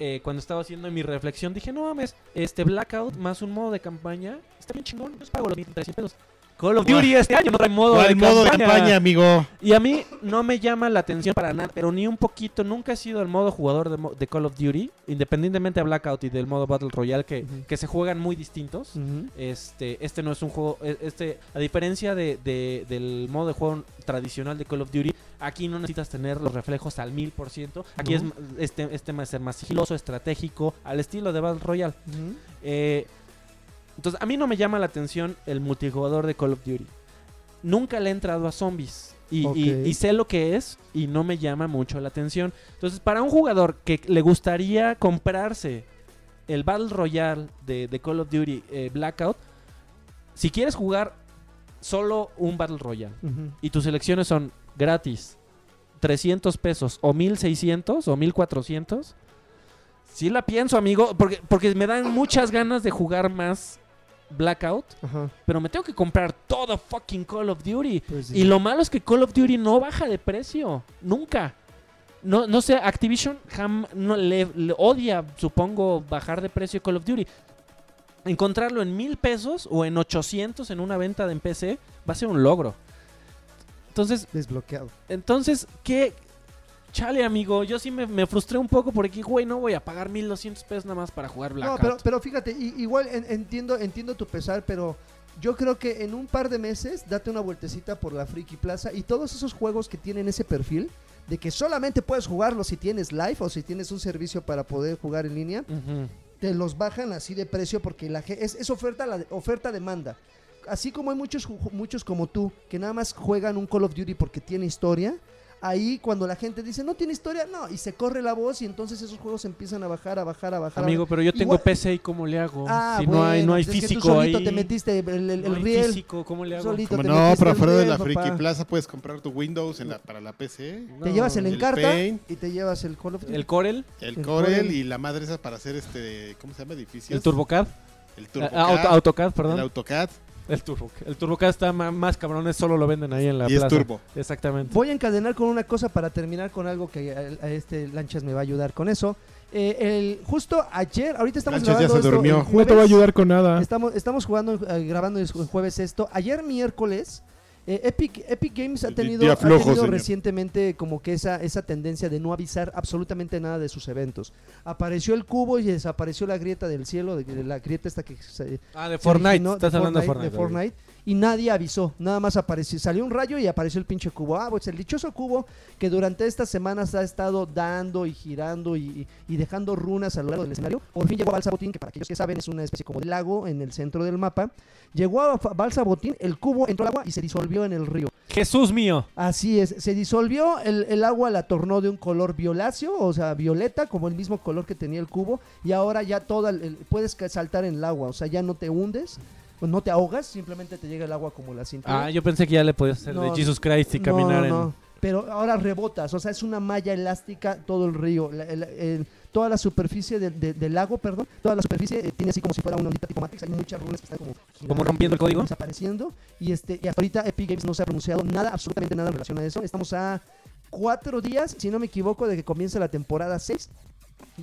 eh, cuando estaba haciendo mi reflexión, dije, no mames, este Blackout más un modo de campaña está bien chingón. Yo les pago los 1300 pesos. Call of Duty este año no trae modo, de, ¿Cuál modo de campaña. campaña, amigo? Y a mí no me llama la atención para nada, pero ni un poquito. Nunca he sido el modo jugador de, mo- de Call of Duty, independientemente de Blackout y del modo Battle Royale, que, Ujú. que se juegan muy distintos. Ujú. Este, este no es un juego. e- Este, a diferencia de, de- del modo de juego tradicional de Call of Duty, aquí no necesitas tener los reflejos al mil por ciento. Aquí No. es, ma- este, este va a ser más sigiloso, estratégico, al estilo de Battle Royale. Ujú. Eh, entonces, a mí no me llama la atención el multijugador de Call of Duty. Nunca le he entrado a zombies. Y, y- Ok. y sé lo que es y no me llama mucho la atención. Entonces, para un jugador que le gustaría comprarse el Battle Royale de, de Call of Duty eh, Blackout, si quieres jugar solo un Battle Royale Ujú. y tus elecciones son gratis, 300 pesos o 1600 o 1400, sí la pienso, amigo, porque, porque me dan muchas ganas de jugar más Blackout, Ajá. pero me tengo que comprar todo fucking Call of Duty. Pues sí. Y lo malo es que Call of Duty no baja de precio, nunca. No, no sé, Activision jam- no, le, le odia, supongo, bajar de precio Call of Duty. Encontrarlo en mil pesos o en 800 en una venta de en PC va a ser un logro. Entonces, desbloqueado. entonces, ¿qué? Chale, amigo, yo sí me, me frustré un poco porque, güey, no voy a pagar 1200 pesos nada más para jugar No, Blackout. pero, pero fíjate, i- igual en- entiendo, entiendo tu pesar, pero yo creo que en un par de meses date una vueltecita por la Friki Plaza y todos esos juegos que tienen ese perfil de que solamente puedes jugarlos si tienes live o si tienes un servicio para poder jugar en línea, Ujú. te los bajan así de precio porque la ge- es, es oferta la oferta demanda. Así como hay muchos ju- muchos como tú que nada más juegan un Call of Duty porque tiene historia, ahí cuando la gente dice no tiene historia, no, y se corre la voz y entonces esos juegos empiezan a bajar, a bajar, a bajar. a Amigo, pero yo tengo Igual- PC y ¿cómo le hago? Ah, si no hay, no bueno, hay pues es que físico tú solito ahí. te metiste el, el- el no hay riel. físico, ¿cómo le hago? Solito Como te no, metiste pero el afuera de riel, la papá. Friki Plaza puedes comprar tu Windows en la- para la PC, No. Te llevas el El encarta Paint. y te llevas el Call of Duty. el Corel, el El Corel Corel. y la madre esa para hacer este, ¿cómo se llama? Edificios. el TurboCAD, El ah, TurboCAD, auto- AutoCAD, el perdón. AutoCAD. El Turbo. El TurboCat está ma- más cabrones, solo lo venden ahí en la Y es plaza. turbo. Exactamente. Voy a encadenar con una cosa para terminar con algo que a, a este Lanchas me va a ayudar con eso. Eh, el, justo ayer, ahorita estamos Lanchas ya grabando se esto el durmió. No te va a jueves. ayudar con nada. Estamos, estamos jugando, eh, grabando el ju- jueves esto. Ayer miércoles, eh, Epic, Epic Games ha Di- tenido, día ha flojo, tenido señor. recientemente como que esa, esa tendencia de no avisar absolutamente nada de sus eventos. Apareció el cubo y desapareció la grieta del cielo, de, de la grieta esta que se, Ah, de se Fortnite. originó Estás hablando de Fortnite. de Fortnite, y nadie avisó, nada más apareció, salió un rayo y apareció el pinche cubo. Ah, pues el dichoso cubo que durante estas semanas ha estado dando y girando y, y dejando runas a lo largo del escenario. Por fin llegó a Balsa Botín, que para aquellos que saben es una especie como de lago en el centro del mapa. Llegó a Fa- Balsa Botín, el cubo entró al agua y se disolvió en el río. Jesús mío. Así es, se disolvió, el, el agua la tornó de un color violáceo, o sea, violeta, como el mismo color que tenía el cubo, y ahora ya toda, el- el- puedes ca- saltar en el agua, o sea, ya no te hundes, pues no te ahogas, simplemente te llega el agua como la cintura. Ah, yo pensé que ya le podías hacer de No, Jesus Christ y caminar No, no, en. no. Pero ahora rebotas, o sea, es una malla elástica todo el río, la- el- el- toda la superficie del- de- del lago, perdón, toda la superficie eh, tiene así como si fuera una ondita tipo Matrix, hay muchas runas que están como... girando, ¿Como rompiendo el código? Desapareciendo, y, este, y hasta ahorita Epic Games no se ha pronunciado nada, absolutamente nada en relación a eso, estamos a cuatro días, si no me equivoco, de que comience la temporada 6,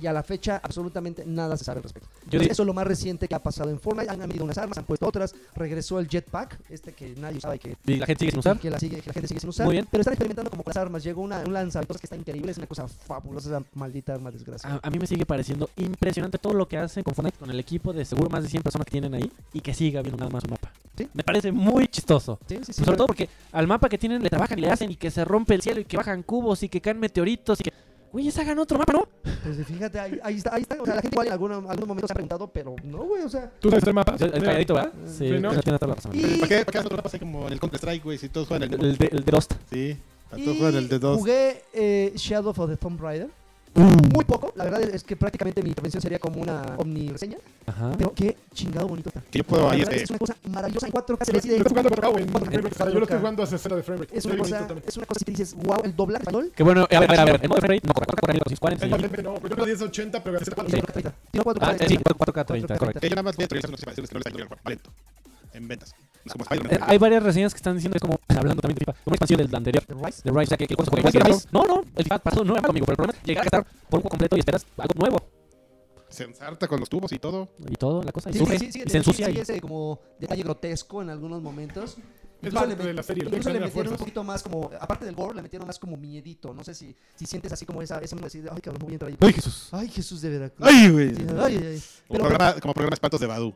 y a la fecha absolutamente nada se sabe al respecto. Yo Entonces, di- eso es lo más reciente que ha pasado en Fortnite, han habido unas armas, han puesto otras, regresó el jetpack, este que nadie usaba y que Y la gente sigue sin usar. que la, sigue- que la gente sigue sin usar. Muy bien. Pero están experimentando como con las armas. Llegó una, un lanzavientos que está increíble. Es una cosa fabulosa esa maldita arma desgracia. A, a mí me sigue pareciendo impresionante todo lo que hacen con Fortnite, con el equipo de seguro más de 100 personas que tienen ahí y que siga habiendo nada más un mapa. Sí. Me parece muy chistoso. Sí, sí, sí. Sobre todo porque al mapa que tienen le trabajan y le hacen y que se rompe el cielo y que bajan cubos y que caen meteoritos y que... Güey, esa hagan otro mapa, ¿no? Pues fíjate, ahí, ahí está, ahí está. O sea, la gente igual en alguna- algún momento se ha preguntado, pero no, güey. O sea, ¿Tú sabes hacer mapas? El, el Mira, calladito, ¿verdad? Sí, Sí, ¿no? eso tiene toda la razón. Y- ¿Para qué? ¿Para qué hacen otro mapa así como en el Counter-Strike, güey? Si todos juegan El, el... el de, el de Dosta. Sí, para todos y juegan el de dos. jugué eh, Shadow of the Tomb Raider. Muy poco. La verdad es que prácticamente mi intervención sería como una omnireseña. Ajá. Pero qué chingado bonito está. Que yo puedo La ahí, verdad este... es una cosa maravillosa en 4K. Lo se ve lo así de- estoy jugando por acá, güey. en Cuatro frame K, rate. Yo lo estoy cuatro K. jugando a 60 de frame rate. Es una Muy bonito cosa, también. es una cosa que dices, wow, el doblaje español. Que bueno, a ver, a ver, a ver. En modo frame rate, no, 4K, 40, El 40, papel no, porque yo lo 1080, pero a 60 Tiene 4K, tiene 4K, Ah, eh, sí, 4K, 30, correcto. Que yo nada más voy a traer las notificaciones que no les traigo el valento. En ventas. No es como Spider-Man. Eh, Hay varias reseñas que están diciendo que es como hablando también de FIFA. Una expansión del anterior. The Rise. De Rise, o sea, que, que el juego se juega igual que el Rise. No, no, el FIFA pasado no era conmigo, pero el problema es llegar a gastar por un juego completo y esperas algo nuevo. Se ensarta con los tubos y todo. Y todo, la cosa, y Sí, surge, sí, sí, sí, y se ensucia. sí, y- ese como detalle grotesco en algunos momentos. Es Incluso parte le met- de la serie, lo Incluso le meten a metieron fuerzas. un poquito más como, aparte del gore, le metieron más como miedito. No sé si, si sientes así como esa, esa así de, ay cabrón, voy a entrar ahí. ¡Ay, Jesús! Ay, Jesús de Veracruz. ¡Ay, güey! Sí, ay, ay, ay. Como Pero- programa, como programa Espantos de Badu.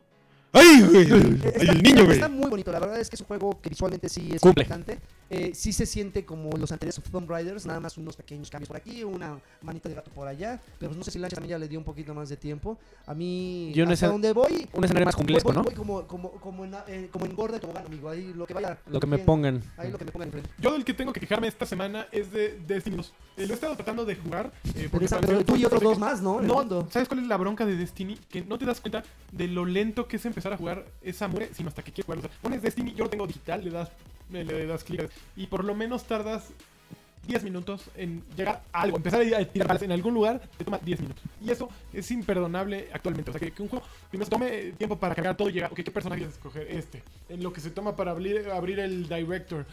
¡Ay, güey! eh, ¡Ay, está- el niño, güey! Está muy bonito, la verdad es que es un juego que visualmente sí es Cumple. importante. Eh, sí se siente como los anteriores of Tomb Raiders, nada más unos pequeños cambios por aquí, una manita de gato por allá. Pero pues no sé si Lancha también ya le dio un poquito más de tiempo. A mí, Yo en hasta ese- donde voy, Un escenario más junglesco, Voy- ¿no? voy como, como, como, en, eh, como en gorda de tobogán, amigo. Ahí lo que vaya. Lo que me quieran, pongan. Ahí lo que me pongan enfrente. Yo del que tengo que quejarme esta semana es de Destiny 2. Eh, lo he estado tratando de jugar. eh, Pero porque esa- salió- tú y otros dos más, ¿no? En el No, mundo. ¿sabes cuál es la bronca de Destiny? Que no te das cuenta de lo lento que es empezar a jugar esa mure, sino hasta que quieres jugar. O sea, pones Destiny, yo lo tengo digital, le das, le, le das clic y por lo menos tardas 10 minutos en llegar a algo. Empezar a ir a tirar balas en algún lugar te toma 10 minutos. Y eso es imperdonable actualmente. O sea, que, que un juego primero se tome eh, tiempo para cargar todo y llegar. Ok, ¿qué personaje quieres escoger? Este. En lo que se toma para abrir, abrir el director.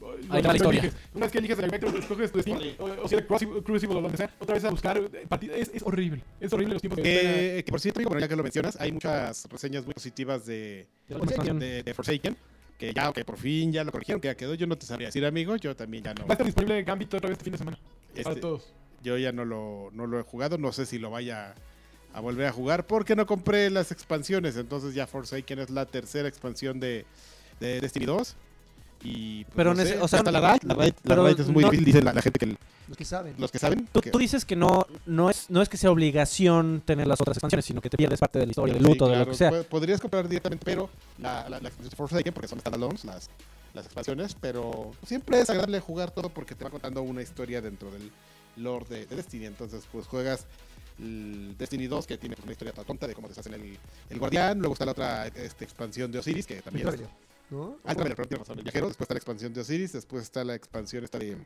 O- va lo la que historia. eliges. Una vez que eliges el director, escoges tu destino. O, o si eres Cruci- Crucible o donde sea, otra vez a buscar. eh, partida. Es, es horrible. Es horrible los tiempos de espera. Eh, Que, que por cierto, amigo, bueno, ya que lo mencionas, hay muchas reseñas muy positivas de, De la expansión. de- de Forsaken. Que ya, que por fin ya lo corrigieron, que ya quedó. Yo no te sabría decir, amigo. Yo también ya no. Va a estar disponible Gambit otra vez este fin de semana. Para este, todos. yo ya no lo, no lo he jugado. No sé si lo vaya a volver a jugar porque no compré las expansiones. Entonces ya Forsaken es la tercera expansión de, de Destiny 2. Y, pues, Pero no en ese- sé, o sea, hasta la raid, la raid, la pero raid es muy no- difícil, dice la, la gente que el- Los que saben. los que saben. Tú, que- tú dices que no, no, es, no es que sea obligación tener las otras expansiones, sino que te pierdes parte de la historia, del Sí, luto, de claro, pues, lo que sea. po- Podrías comprar directamente, pero la, la, la expansión de Forsaken, porque son standalones las, las expansiones, pero siempre es agradable jugar todo porque te va contando una historia dentro del lore de, de Destiny. Entonces, pues juegas el Destiny 2, que tiene una historia toda tonta de cómo deshacen el, el guardián. Luego está la otra este, expansión de Osiris, que también es- ¿No? Ah, también, perdón, tienes razón, el viajero. Después está la expansión de Osiris. Después está la expansión esta de.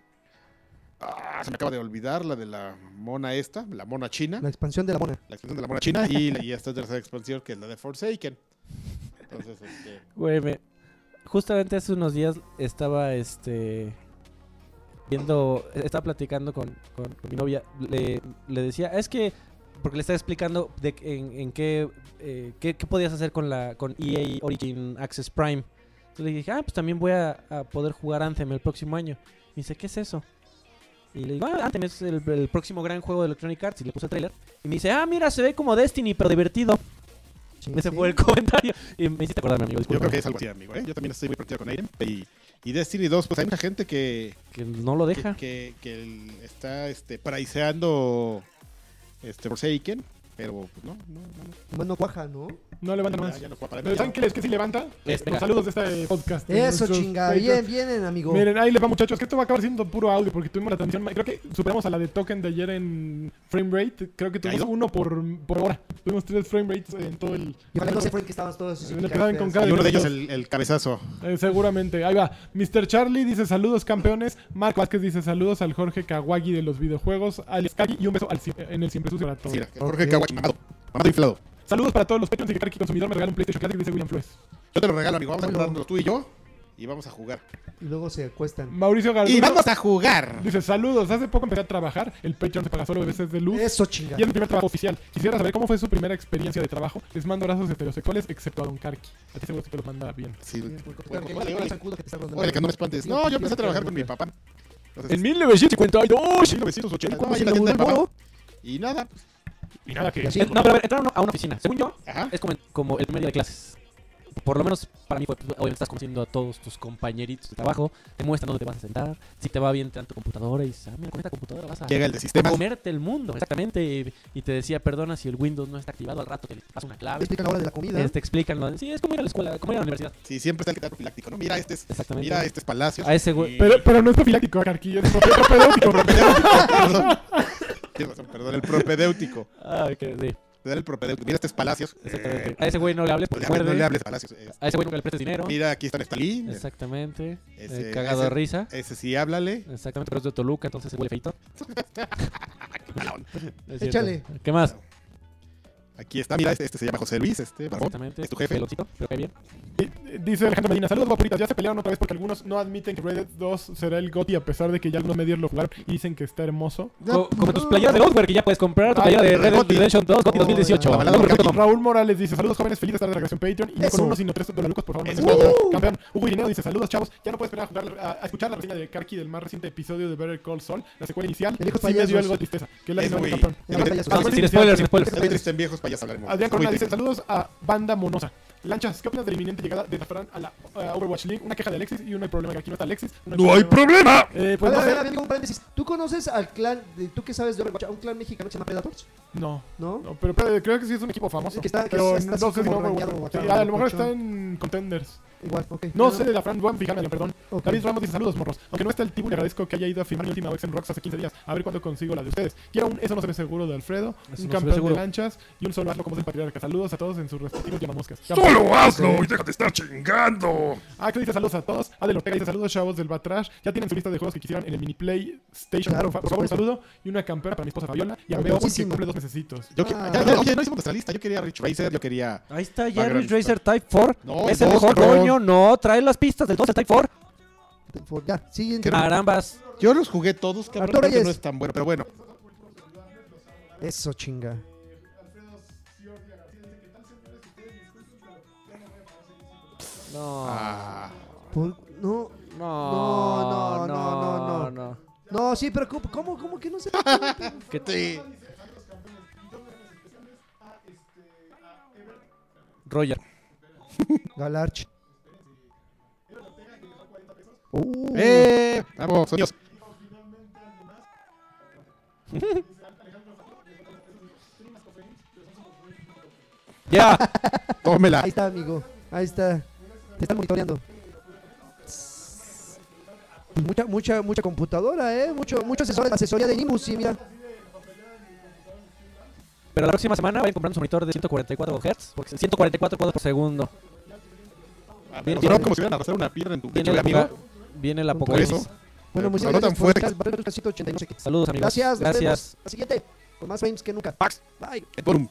Ah, se me acaba de olvidar la de la mona esta, la mona china La expansión de la mona. la expansión de la mona china y, la- y esta tercera expansión que es la de Forsaken. Entonces, este, Güey, me, justamente hace unos días estaba este viendo, estaba platicando con, con- con mi novia, le, le decía, es que, porque le estaba explicando de, que- en, en qué, eh, qué, qué podías hacer con la con EA Origin Access Prime. Entonces le dije, ah, pues también voy a, a poder jugar Anthem el próximo año. Me dice, ¿qué es eso? Y le digo, ah, Anthem es el, el próximo gran juego de Electronic Arts. Y le puse el trailer. Y me dice, ah, mira, se ve como Destiny, pero divertido. Ese fue el comentario. Y me hiciste acordarme, amigo. Yo creo que discúlpame. es algo así, amigo. ¿eh? Yo también estoy muy partido con Aiden. Y, y Destiny 2, pues hay mucha gente que, Que no lo que- deja. que, que el- está este, priceando este, Forsaken, pero pues, no, no, no, no. Bueno, cuaja, ¿no? No levanta Ya- más. ya no juega para Pero nada. ¿saben qué es que si levanta? Es- Los saludos de este podcast. de Eso, nuestros chinga. Patreons. Bien, vienen, amigo. Miren, ahí les va muchachos, que esto va a acabar siendo puro audio porque tuvimos la transmisión, creo que superamos a la de token de ayer en frame rate, creo que tuvimos ¿Caído? uno por, por hora, tuvimos tres frame rates en todo el... Y ojalá no se fueron que estabas todos. así, Me quedaban con feas. cara Y uno de ellos el, el cabezazo. Eh, seguramente, ahí va. Mr. Charlie dice saludos campeones, Marco Vázquez dice saludos al Jorge Kawagi de los videojuegos, alias Kagi y un beso al, sie- en el siempre sucio para todos. Sí, mira, Jorge Kawaki, mamado, mamado inflado. Saludos para todos los Patreons y que Karki consumidor me regala un PlayStation Classic, dice William Flores. Yo te lo regalo, amigo. Vamos a Bueno. comprarnos tú y yo y vamos a jugar. Y luego se acuestan. Mauricio Y Garduno vamos a jugar. dice saludos, hace poco empecé a trabajar, el Patreon se paga solo de veces de luz. Eso, chinga. Y es mi primer trabajo oficial. Quisiera saber cómo fue su primera experiencia de trabajo. Les mando abrazos heterosexuales, excepto a Don Karki. A ti seguro que te los manda bien. Sí. Bien, porque- Órale, porque- órale, el culo que te está rondando. órale, que no me espantes. No, yo empecé a trabajar con mi papá. Entonces, Oh, 1952. 1980, ¿Cómo no, se ahí en la tienda de inauguró? papá. Y nada, pues, Y nada que... Sí. Eh, No, pero a ver, entraron a una oficina. Según yo, ajá. es como, como el medio de clases. Por lo menos para mí fue, pues, obviamente estás conociendo a todos tus compañeritos de trabajo, te muestran dónde te vas a sentar, si te va bien te dan tu computadora y dices, ah, mira, con esta computadora vas a Llega el de sistemas. comerte el mundo, exactamente. Y, y te decía, perdona si el Windows no está activado al rato, te pasa una clave, Explican la hora de la comida. Este, te, te explican, lo de- sí, es como ir a la escuela, como ir a la universidad, Sí, siempre está el que está profiláctico, ¿no? Mira, este es, exactamente. mira, este es Palacio. a ese güey, Pero, pero no es profiláctico, Karki. Es profe- propedéutico. <laughs> perdón. Tienes razón, perdón, el propedéutico. ah, que sí, Te da el propedéutico. Mira, este es Palacios. exactamente. Eh, a ese güey no le hables no, le porque hables, no muerde, le hables a Palacios. Eh, a ese güey nunca le prestes dinero, mira, aquí está Nestalín. exactamente, Ese- eh, cagado de ese- risa. Ese sí, háblale. Exactamente, pero es de Toluca, entonces se huele feito. Es cierto. Échale. ¿Qué más? Aquí está, mira, este, este se llama José Luis, este, barbón. Exactamente. es tu jefe. Peloncito, pero cae bien. Eh, Dice Alejandro Medina. Saludos, guapuritas. Ya se pelearon otra vez porque algunos no admiten que Red Dead 2 será el GOTY a pesar de que ya algunos medios lo jugaron y dicen que está hermoso. Co- como tus playeras de Godware que ya puedes comprar, tu playera de Red Dead Gotti. Redemption 2, Gotti Oh, 2018. la balada No, del no, no. Raúl Morales dice, saludos jóvenes, feliz de estar de la creación Patreon. Y no Eso. con uno, sino tres dolarucos, por favor. Eso Uh. manden es un Campeón. Hugo Irineo dice, saludos chavos, ya no puedes esperar a, jugar, a, a escuchar la reseña de Karki del más reciente episodio de Better Call Saul, la secuela inicial. De viejos Sí me dio payasos. algo de tristeza, que es la Es misma muy- del campeón. Ya no te hayas- Ah, Raúl Sin Irineo. spoilers, sin Es spoilers. muy triste en viejos payasos hablaremos. Adrián Es muy Corona dice, triste. saludos a Banda Monosa. Lanchas, ¿qué opinas de la inminente llegada de Zafran a la a Overwatch League? Una queja de Alexis y un no hay problema, que aquí no está Alexis. ¡No hay problema! Eh, A pues ver, no a ver, sé. amigo, un paréntesis. ¿Tú conoces al clan, de- tú que sabes de Overwatch, a un clan mexicano que se llama Predators? No. ¿No? No, pero, pero creo que sí es un equipo famoso. Que está- que pero está así no sé si como no Overwatch. rankeado, Sí, acá, a lo mejor locochón. está en Contenders. Igual, ok. No sé de la Fran, voy a fijarme, perdón. Ok. David Ramos dice saludos, morros. Aunque no está el tibu, le agradezco que haya ido a firmar mi última vez en Rocks hace 15 días. A ver cuándo consigo la de ustedes. Quiero un Eso no se ve seguro de Alfredo, Eso un no se ve campeón de seguro. lanchas y un solo hazlo como es el patriarca. Saludos a todos en sus respectivos llamamoscas. Solo hazlo y déjate estar chingando. Ah, que dice saludos a todos. Adel Ortega dice saludos, chavos del Batrash. Ya tienen su lista de juegos que quisieran en el mini Play Station. Claro, por, fa- por por favor, un supuesto. saludo y una campera para mi esposa Fabiola. Y a Beo que Hermosísima. cumple dos necesitos. Yo que- Ah. ya, ya, oye, no hicimos nuestra lista. Yo quería Rich Racer, yo quería. Ahí está ya, ya Ridge Racer Racer Type 4. No, es el dos, mejor cabrón. coño, no, trae las pistas del 2 del Type 4. Por- Ya, siguiente. Carambas. Yo los jugué todos, cabrón. Arturo creo que Reyes. no es tan bueno, pero bueno. Eso, chinga. No. Ah, Por- No, No, no, No, no, no, no. no, sí, pero ¿cómo, cómo, cómo que no <laughs> se... Que sí. Roger. Galarch. Uh, ¡Eh! Vamos, sonidos. Ya. Tómela. Ahí está, amigo. Ahí está. Te están monitoreando. Mucha, mucha, mucha computadora, ¿eh? Mucho, mucho asesor, asesoría de Nimbus, sí, mira. Pero la próxima semana vayan comprando su monitor de 144 Hz, porque 144 cuadros por segundo. Pero sonó Viene- viene- como si hubieran arrastrado una piedra en tu Viene pecho, el, ¿eh, amigo. apoca- viene el Por apocalipsis. eso. Bueno, muchísimas Habló tan gracias por fuerte. escuchar Barrio 380 y no sé qué. Saludos, amigos. Gracias, nos Gracias. vemos. La siguiente, con más frames que nunca. Pax. Bye. El Borum.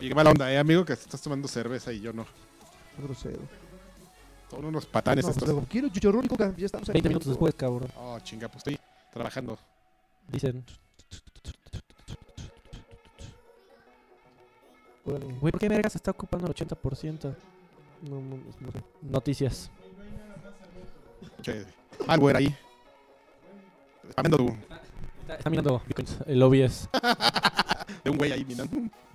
Oye, qué mala onda, ¿eh, amigo? Que estás tomando cerveza y yo no. grosero. Son unos patanes No, pues estos. luego, quiero chicharrón y coca, ya estamos aquí. 20 minutos después, cabrón. Oh, chinga, pues estoy trabajando. Dicen, Órale. güey, ¿por qué vergas está ocupando el 80%? No, no, no, no sé. Noticias. Che, Malware ahí. Spameando de un- Está mirando bitcoins, el OBS. <laughs> de un güey ahí mirando.